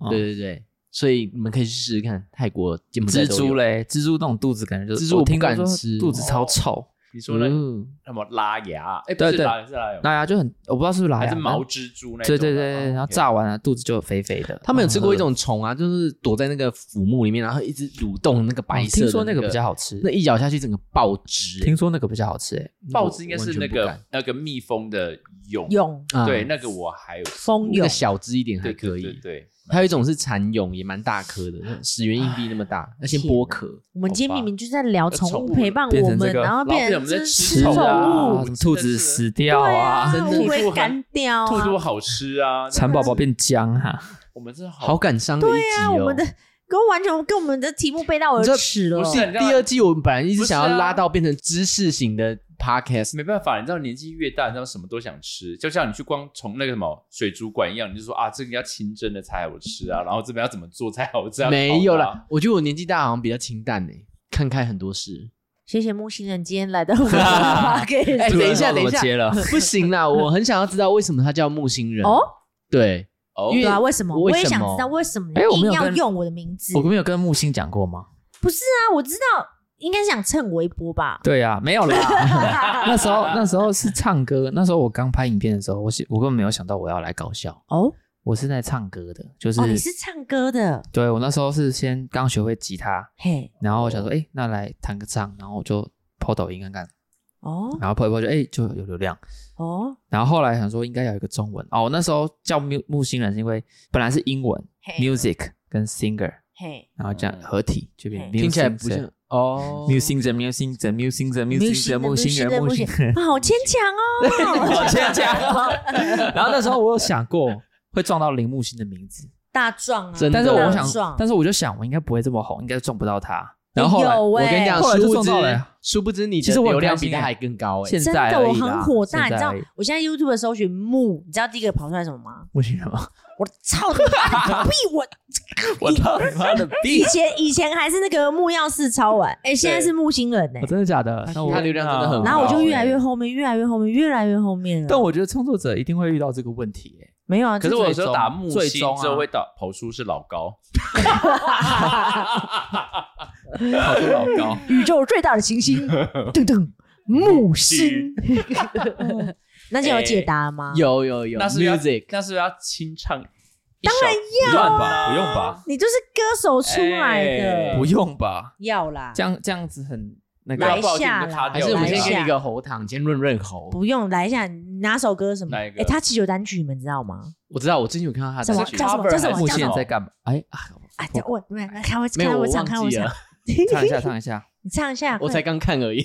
S2: 哦哦，
S3: 对对对，所以你们可以去试试看，泰国柬埔寨
S2: 蜘
S3: 都有
S2: 蛛，嘞，蜘蛛那种肚子感觉就是
S3: 蜘蛛我
S2: 我
S3: 不
S2: 听
S3: 敢
S2: 过说
S3: 吃
S2: 肚子超臭，
S4: 你说那个
S3: 嗯，
S4: 什么拉牙？哎，不
S2: 对
S4: 是
S2: 对
S4: 拉牙，是拉牙吗，
S2: 那呀就很，我不知道是不是
S4: 还
S2: 来
S4: 是毛蜘蛛那种的？
S2: 对对对对，
S4: 哦
S2: 然后
S4: OK
S2: 炸完了肚子就肥肥的。
S3: 他们有吃过一
S2: 嗯
S3: 种虫啊，就是躲在那个腐木里面，然后一直蠕动那个白色的、
S2: 哦听说
S3: 那
S2: 那个比较，好吃
S3: 那，一咬下去整个爆汁、
S2: 听说那个比较好吃哎，
S4: 豹子应该是那
S3: 我完全
S4: 个那个蜜蜂的蛹，
S5: 用
S3: 不敢
S4: 对，
S3: 啊
S4: 那个我还有
S5: 蜂
S3: 那
S5: 蛹
S3: 个小只一点还
S4: 对
S3: 可以。
S4: 对对对，
S3: 还有一种是蚕蛹，也蛮大颗的，十元硬币那么大，那些剥壳。
S7: 我们今天
S4: 好吧
S7: 明明就是在聊
S4: 那
S7: 宠
S4: 宠
S7: 物
S4: 物
S7: 陪伴
S2: 变
S7: 我
S2: 成这
S7: 们，
S2: 个
S7: 然后
S4: 老
S7: 变
S4: 变
S7: 成
S4: 我们在
S7: 真
S4: 吃
S7: 是
S4: 宠
S7: 宠
S4: 物
S2: 啊，
S7: 物，
S2: 什么兔子死掉啊，
S7: 对啊，
S4: 的
S7: 乌
S4: 兔
S7: 龟
S4: 兔
S7: 干掉
S4: 兔兔
S7: 啊，
S4: 好吃啊，
S2: 蚕宝宝变僵哈，
S4: 我们真的
S3: 好
S4: 好。
S3: 感伤的一集哦。
S7: 啊我们的跟完全跟我们的题目背道而驰了
S4: 不。是
S3: 第二季，我们本来一直
S4: 不是
S3: 想
S4: 啊
S3: 要拉到变成知识型的 podcast，
S4: 没办法，你知道年纪越大，你知道什么都想吃，就像你去光从那个什么水族馆一样，你就说啊，这个要清蒸的才好吃啊，然后这边要怎么做才好吃啊？
S3: 没有
S4: 了，
S3: 啦。我觉得我年纪大，好像比较清淡呢、看开很多事。
S7: 谢谢木星人今天来到我们的 podcast [LAUGHS]
S3: 哎、
S2: 突
S3: 等
S2: 然
S3: 一下，
S2: 不
S3: 等一
S2: 知道怎么
S3: 下
S4: 啊
S2: 接了，
S3: [LAUGHS] 不行啦，我很想要知道为什么他叫木星人
S7: 哦，
S3: 对，
S4: 哦
S3: 因
S7: 对
S3: 为
S7: 啊，为什么？
S3: 为
S7: 我
S3: 什么
S7: 也想知道为什么
S2: 哎我
S7: 你
S2: 没
S7: 硬
S2: 有
S7: 要
S2: 跟
S7: 用我的名字
S2: 我？没有跟木星讲过吗？
S7: 不是啊，我知道，应该是想蹭我一波吧。哦
S2: 对呀，没
S5: [LAUGHS]
S2: 有啦。
S7: [LAUGHS]
S2: [LAUGHS] 那时候那时候是唱歌，那时候我刚拍影片的时候，我是我根本没有想到我要来搞笑，
S7: 哦
S2: 我是在唱歌的，就是
S7: 哦，你是唱歌的，
S2: 对我那时候是先刚学会吉他，
S7: 嘿，
S2: 然后我想说，哎，那来弹个唱，然后我就抛抖音看看，
S7: 哦
S2: 然后抛一抛就哎就有流量。
S7: 哦，
S2: 然后后来想说应该要有一个中文哦，我那时候叫木木星人是因为本来是英文
S7: 嘿
S2: music 跟 singer，
S7: 嘿，
S2: 然后这样合体就变
S7: 嘿
S3: 听起来不像哦
S2: m u s i c 人 m u s i c 人 m u s i c 人 m u
S7: 木
S2: s i c
S7: 星
S2: 人
S7: 人，
S2: 木
S7: 木星人，木
S2: 星人木星
S7: 星
S2: 人
S7: 人，，哇啊好牵强哦，
S2: 好牵强哦。然后那时候我有想
S3: [LAUGHS]
S2: 过 [LAUGHS] 会撞到林木星的名字，
S7: 大壮啊，
S3: 真的
S2: 但是我
S7: 大
S2: 想
S7: 壮，
S2: 但是我就想我应该不会这么红，应该撞不到他。然后后来
S7: 有
S3: 我
S7: 欸
S3: 跟你讲，
S2: 后来
S3: 殊
S2: 就
S3: 不
S2: 中
S3: 知
S2: 到了呀，
S3: 殊不知你
S2: 其实
S3: 的
S2: 我很
S3: 流量
S2: 开心
S3: 比他
S2: 欸
S3: 还更高哎、
S2: 现
S7: 真
S2: 在
S7: 的，
S2: 而
S7: 我
S2: 已啦
S7: 很火大，你知
S2: 现在
S7: 道
S2: 而已
S7: 我现在 YouTube 搜寻木，你知道第一个跑出来什么吗？
S2: 木星人吗？
S7: 我操你妈的逼我！
S2: 我操你妈的逼
S7: 以！前以前还是那个木曜四超玩，哎、现在是木星人呢、
S2: 我哦真的假的？那我
S3: 他流量真的很高欸、
S7: 然后我就越来越后面，越来越后面，越来越后面了。
S2: 但我觉得创作者一定会遇到这个问题、欸，
S7: 没有啊，
S4: 可是
S7: 就
S4: 我有
S2: 最
S4: 时候
S2: 终
S4: 打木
S2: 最
S4: 星
S2: 终啊
S4: 之后会打跑出是老高，
S2: 好多老高。
S7: 宇宙最大的行星，噔噔，木星。 [LAUGHS] 那就有解答吗？。
S3: 哎有有有
S4: 那是不是要
S3: music，
S4: 那是不是要清唱一小？当然
S7: 啊
S4: 要吧，不用吧，
S7: 你就是歌手出来的，
S4: 哎
S2: [LAUGHS] 不用吧？
S7: 要啦，
S2: 这样这样子很那
S4: 来
S2: 个
S4: 一，不好意思
S7: 下
S4: 你就卡
S7: 啦，
S4: 掉
S3: 还是我们
S7: 来一
S3: 先给你
S7: 下
S3: 一个喉糖，先润润喉。
S7: 不用来一下，你拿首歌什么？
S4: 哪
S7: 哎
S4: 一、个
S7: 他其实有单曲，你们知道吗？
S3: 我知道，我最近有看到他
S7: 什
S3: 的
S7: 么
S4: 是
S7: 叫什么叫什
S4: cover 还是
S7: 么
S2: 木
S7: 叫什
S2: 星人
S7: 么？
S2: 在干嘛？哎啊，
S7: 哎，这我你们看我
S3: 没有
S7: 看我
S3: 我
S7: 唱
S3: 忘
S7: 看我
S3: 记
S7: 唱
S3: 了，，
S2: 唱一下，唱一下。
S7: 你唱一下，
S3: 我才刚看而已。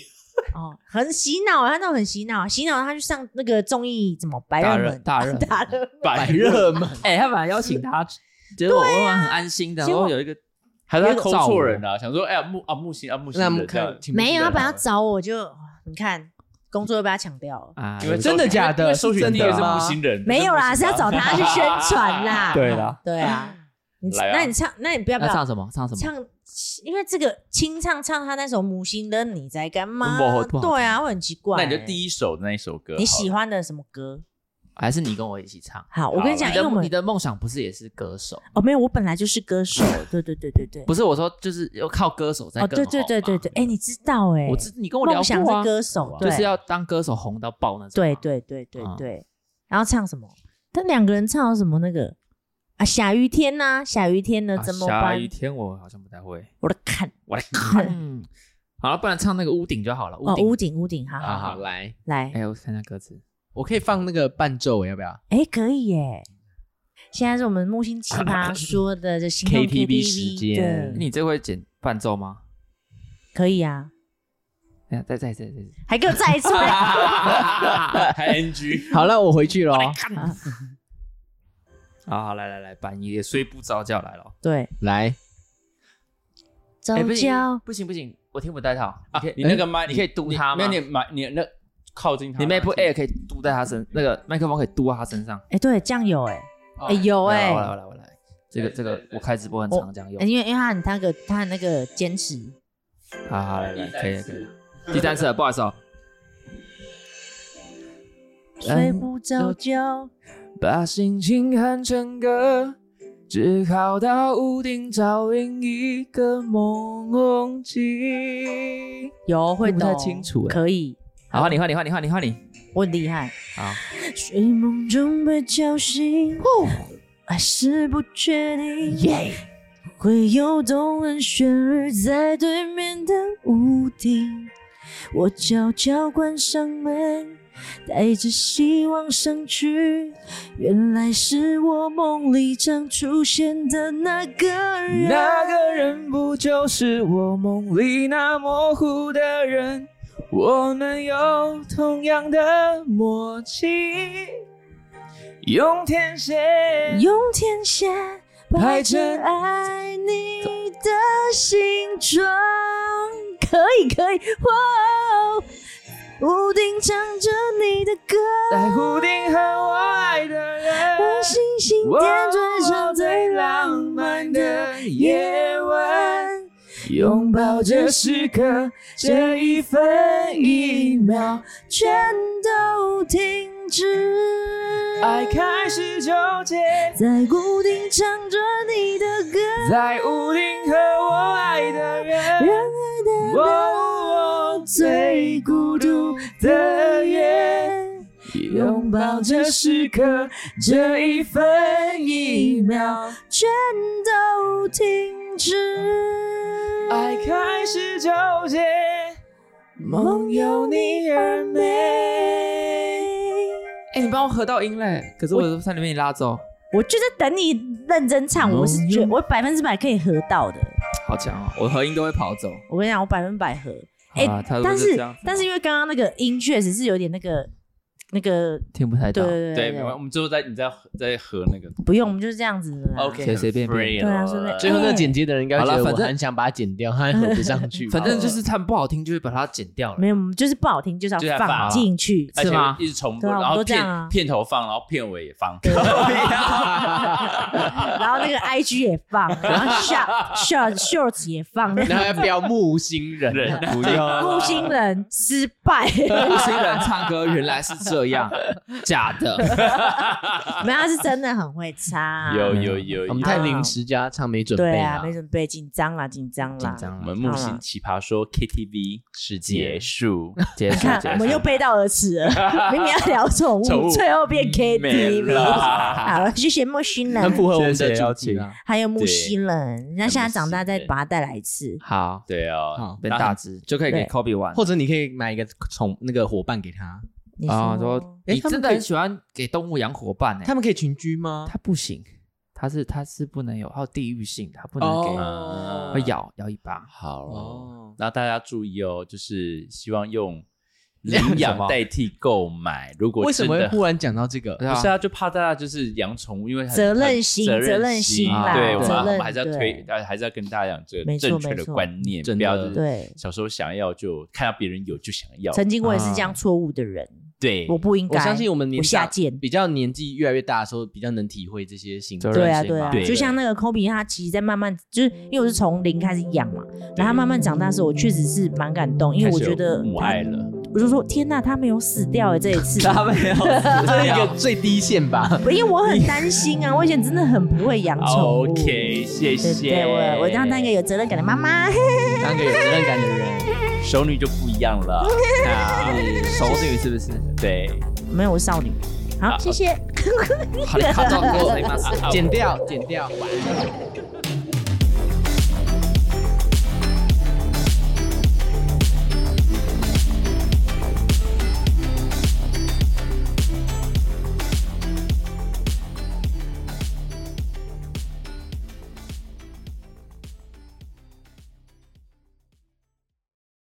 S5: 哦，很洗脑，他那种很洗脑，洗脑他去上那个综艺，怎么白
S2: 大
S5: 热
S2: 热
S5: 门？
S2: 大热
S5: 大热
S3: [LAUGHS]
S5: 门
S3: [LAUGHS] 百热门，
S2: 哎、他本来邀请 [LAUGHS] 他，结果我很安心的，
S5: 结
S2: 然
S5: 果
S2: 后有一个
S4: 还是他抠
S2: 造
S4: 错
S2: 我
S4: 人了、想说哎呀木啊木星啊木星
S3: 那我们
S4: 人这
S3: 看
S4: 样，
S3: 挺不
S5: 没有，
S7: 啊
S3: 出
S5: 他
S3: 来
S5: 本来要找我就， [LAUGHS] 你看工作又被他抢掉
S2: [LAUGHS]
S5: 了，
S2: 啊，
S4: 因为
S3: 真的假的
S4: 搜
S3: 是
S4: 寻
S3: 真
S4: 第
S2: 的
S4: 一个是
S3: 吗
S4: 木星人，
S5: 没有啦，
S4: 不
S5: 是要
S4: 木星
S5: 找
S4: 啊
S5: 他去宣传啦。
S2: 对啦，
S5: 对啊，你
S4: 来啊
S5: 那你唱，那你不要不
S2: 要
S5: 要
S2: 唱什么？唱什么？
S5: 唱，因为这个清唱唱他那首《母星的你在干嘛
S2: 不好》，不好
S5: 对啊，会很奇怪
S4: 那
S5: 欸。
S4: 你就第一首的那一首歌好了，
S5: 你喜欢的什么歌？
S2: 还是你跟我一起唱？
S5: 好，我跟你讲，
S2: 你
S5: 因为我
S2: 的你
S5: 们
S2: 的梦想不是也是歌手？
S5: 哦，没有，我本来就是歌手，对对对对对，
S2: 不是我说，就是要靠歌手在
S5: 哦，
S2: 更
S5: 对对
S2: 红
S5: 对
S2: 嘛
S5: 对对，哎，你知道哎，
S2: 我知你跟我聊
S5: 梦想
S2: 过
S5: 是
S2: 啊，
S5: 歌手，
S2: 就
S5: 对
S2: 是要当歌手红到爆那种。啊
S5: 对，对对对
S2: 嗯
S5: 对，然后唱什么？但两个人唱有什么那个啊？下雨天呐，下雨天呢
S2: 啊
S5: 怎么
S2: 下
S5: 办
S2: 雨？天我好像不太会，
S5: 我的看，
S2: 我来看。嗯好了，不然唱那个屋顶就好了。
S5: 哦，
S2: 顶，啊
S5: 屋顶屋顶，好
S3: 好
S5: 好
S3: 好
S5: 好，
S3: 来，
S5: 来
S2: 哎、，我看一下歌词。
S3: 我可以放那个伴奏，欸要不 [LAUGHS] 要？
S5: 哎，可以耶。现在是我们木星奇
S2: [LAUGHS]
S5: 葩说的这心动
S3: KTV
S5: KTV
S3: 时间
S5: 对
S2: 你这会剪伴奏吗？
S5: 可以啊，
S2: 哎呀，再再再再，
S5: 还给我再一
S2: [LAUGHS]
S5: 次
S4: 还 NG，
S3: 好了，我回去了哦。
S2: 好好来来来，半夜睡不着觉来了。
S5: 对，
S3: 来，
S5: 早
S2: 哎不行
S5: 教
S2: 不行不行，我听不带套。啊你可以
S4: 你那个麦
S2: 你可以嘟
S4: 你
S2: 他吗
S4: 没有，你麦你那靠近他，
S2: 你 MacBook Air 可以嘟在他身，那个麦克风可以嘟到他身上。
S5: 哎，对，酱油哎
S4: 哦
S5: 哎有
S2: 来
S5: 哎
S2: 我，来我来我来，这个这个我开直播很常这样
S5: 哎
S2: 用。
S5: 因为因为他很他个他很那个坚持，
S2: 好好来来，可以可以。第三次了，不好意思哦。
S5: 睡不着觉，
S2: 把心情喊成歌，只好到屋顶找另一个梦境。
S5: 有会
S2: 不太
S5: 懂，
S2: 清楚哎
S5: 可以，
S2: 好，换你换你换你换你换你。
S5: 我很厉害。
S2: 好，
S5: 睡梦中被叫醒，还是不确定会有动人旋律在对面的屋顶。我悄悄关上门，带着希望上去，原来是我梦里常出现的那个人。
S2: 那个人不就是我梦里那模糊的人？我们有同样的默契，用天线。
S5: 用天线
S2: 排
S5: 排
S2: 成
S5: 成爱你的形状，可以可以，哇、哦！屋顶唱着你的歌，
S2: 在屋顶和我爱的人，
S5: 星星点缀上最浪漫的夜晚。
S2: 拥抱这时刻，这一分一秒，
S5: 全都停止，
S2: 爱开始纠结。
S5: 在屋顶唱着你的歌，
S2: 在屋顶和我爱的人，
S5: 让爱的
S2: 我我最孤独的夜，拥抱这时刻，这一分一秒，
S5: 全都停止。
S2: 爱开始纠结，梦有你而美。哎、你帮我合到音嘞，可是我差点被你拉走，
S5: 我就在等你认真唱，我是觉得我百分之百可以合到的。
S2: 好强哦！我合音都会跑走。
S5: 我跟你讲，我百分百合。哎、
S2: 啊他如果
S5: 但
S2: 是
S5: 是
S2: 这样子
S5: 但是因为刚刚那个音确实是有点那个那个，
S2: 听不太
S5: 对
S2: 到，
S5: 对
S4: 对，
S5: 对
S4: 没
S5: 对
S4: 关系，我们最后再你再再合那个
S5: 不用，我们就是这样子啦。
S4: OK，
S2: 随随便便
S4: 很 free
S5: 对啊
S4: 了
S5: 随便
S3: 最后那个剪接的人应该会
S2: 好啦
S3: 觉得
S2: 反
S3: 我
S2: 正
S3: 很想把它剪掉，他合不上
S2: [LAUGHS]
S3: 去。
S2: 反
S3: [LAUGHS]
S2: 正就是他们不好听，就会把它剪掉了
S5: 没。有，我们就是不好听，就是
S4: 就是
S5: 要
S4: 要放
S5: 放进去。
S4: 而且
S2: 是吗
S4: 一直重播，
S5: 对
S4: 然
S5: 啊我们
S4: 后
S5: 都这样
S4: 片
S5: 啊
S4: 片头放，然后片尾也放，
S5: 然后那个 IG 也放，然后 short short shorts 也放。
S3: 然后要标木星人，啊
S4: 人
S3: 不 [LAUGHS] 用
S5: 木星人失败， [LAUGHS]
S2: 木星人唱歌原来是这样，假的。
S5: 没有，他是真的很会唱。
S4: 有有有，
S3: 我
S4: 有
S3: 们太临时加唱没准
S5: 对
S3: 备
S5: 啊，没准备，紧张啦，紧张啦。
S2: 张
S4: 我们木星奇葩说 KTV
S3: 时
S4: 结
S3: 间。
S4: 束，
S2: 结
S5: 你看，我们又背道而驰了。明明要聊宠
S4: 宠物
S5: 物，最后变
S4: 没
S5: KTV。
S4: 了
S5: 好了，谢谢莫西
S3: 很
S5: 人，
S3: 符合我们
S4: 谢
S3: 的
S4: 谢邀
S3: 主题
S4: 请
S3: 啊！
S5: 还有木西人。那现在长大再把它带来一次。
S2: 好
S4: 对
S3: 好
S4: 哦，
S2: 变大只就可以给
S5: 对
S2: Kobe 玩。
S3: 或者你可以买一个宠那个伙伴给他，
S5: 你
S2: 啊，说
S5: 说，
S2: 你
S3: 他们
S2: 真的
S3: 可以
S2: 很喜欢给动物养伙伴呢？欸
S3: 他们可以群居吗？
S2: 他不行，它是它是不能有，它有地域性，它不能给、
S4: 哦
S2: 会咬咬尾巴。
S4: 好
S3: 哦
S4: 那大家注意哦，就是希望用领
S2: 什
S4: 养
S2: 么
S4: 代替购买。如果
S3: 为什么会
S4: 真的
S3: 忽然讲到这个？
S2: 对
S4: 不是啊，就怕大家就是养宠物，因为很
S5: 责任心
S4: 很责
S5: 责任心
S2: 啦
S4: 对，我们
S2: 责
S4: 我
S5: 任
S4: 们还是要推
S5: 对，
S4: 呃还是要跟大家讲这个
S5: 没错
S4: 正确
S5: 没
S4: 的
S5: 错
S4: 观念，
S3: 真
S4: 不
S3: 的
S4: 要就是
S5: 对
S4: 小时候想要就看到别人有就想要，
S5: 曾经我也是这
S2: 啊
S5: 样错误的人，
S4: 对，
S5: 我不应该。
S3: 我相信我们年
S5: 我下
S3: 下
S5: 贱
S3: 比较年纪越来越大的时候，比较能体会这些行为。
S2: 责任
S5: 对啊，
S2: 心
S5: 对
S2: 嘛
S5: 啊
S4: 对，
S5: 就像那个 Kobe，他其实在慢慢，就是因为我是从零开始养嘛，然后他慢慢长大的时候，我确实是蛮感动，因为我觉得
S4: 母
S5: 他
S4: 爱了，
S5: 我就说天呐，他没有死掉哎，这一
S3: [LAUGHS]
S5: 次，
S3: 他们要这是一个最低线吧？
S5: 因为我很担心啊，我以前真的很不会养嗯宠物。
S4: OK，谢
S5: 对
S4: 谢。
S5: 对，我我让当一个有责任感的妈妈。
S3: 当个有责任感的人，
S4: 熟女就不一样
S5: [LAUGHS]
S4: 了，
S3: 啊
S4: 那
S2: 熟女是不是？
S4: 对，
S5: [LAUGHS] 没有我是少女。好，谢谢。
S3: [LAUGHS]
S2: 好，你卡到我，你妈死
S3: 剪掉，剪掉。
S4: 好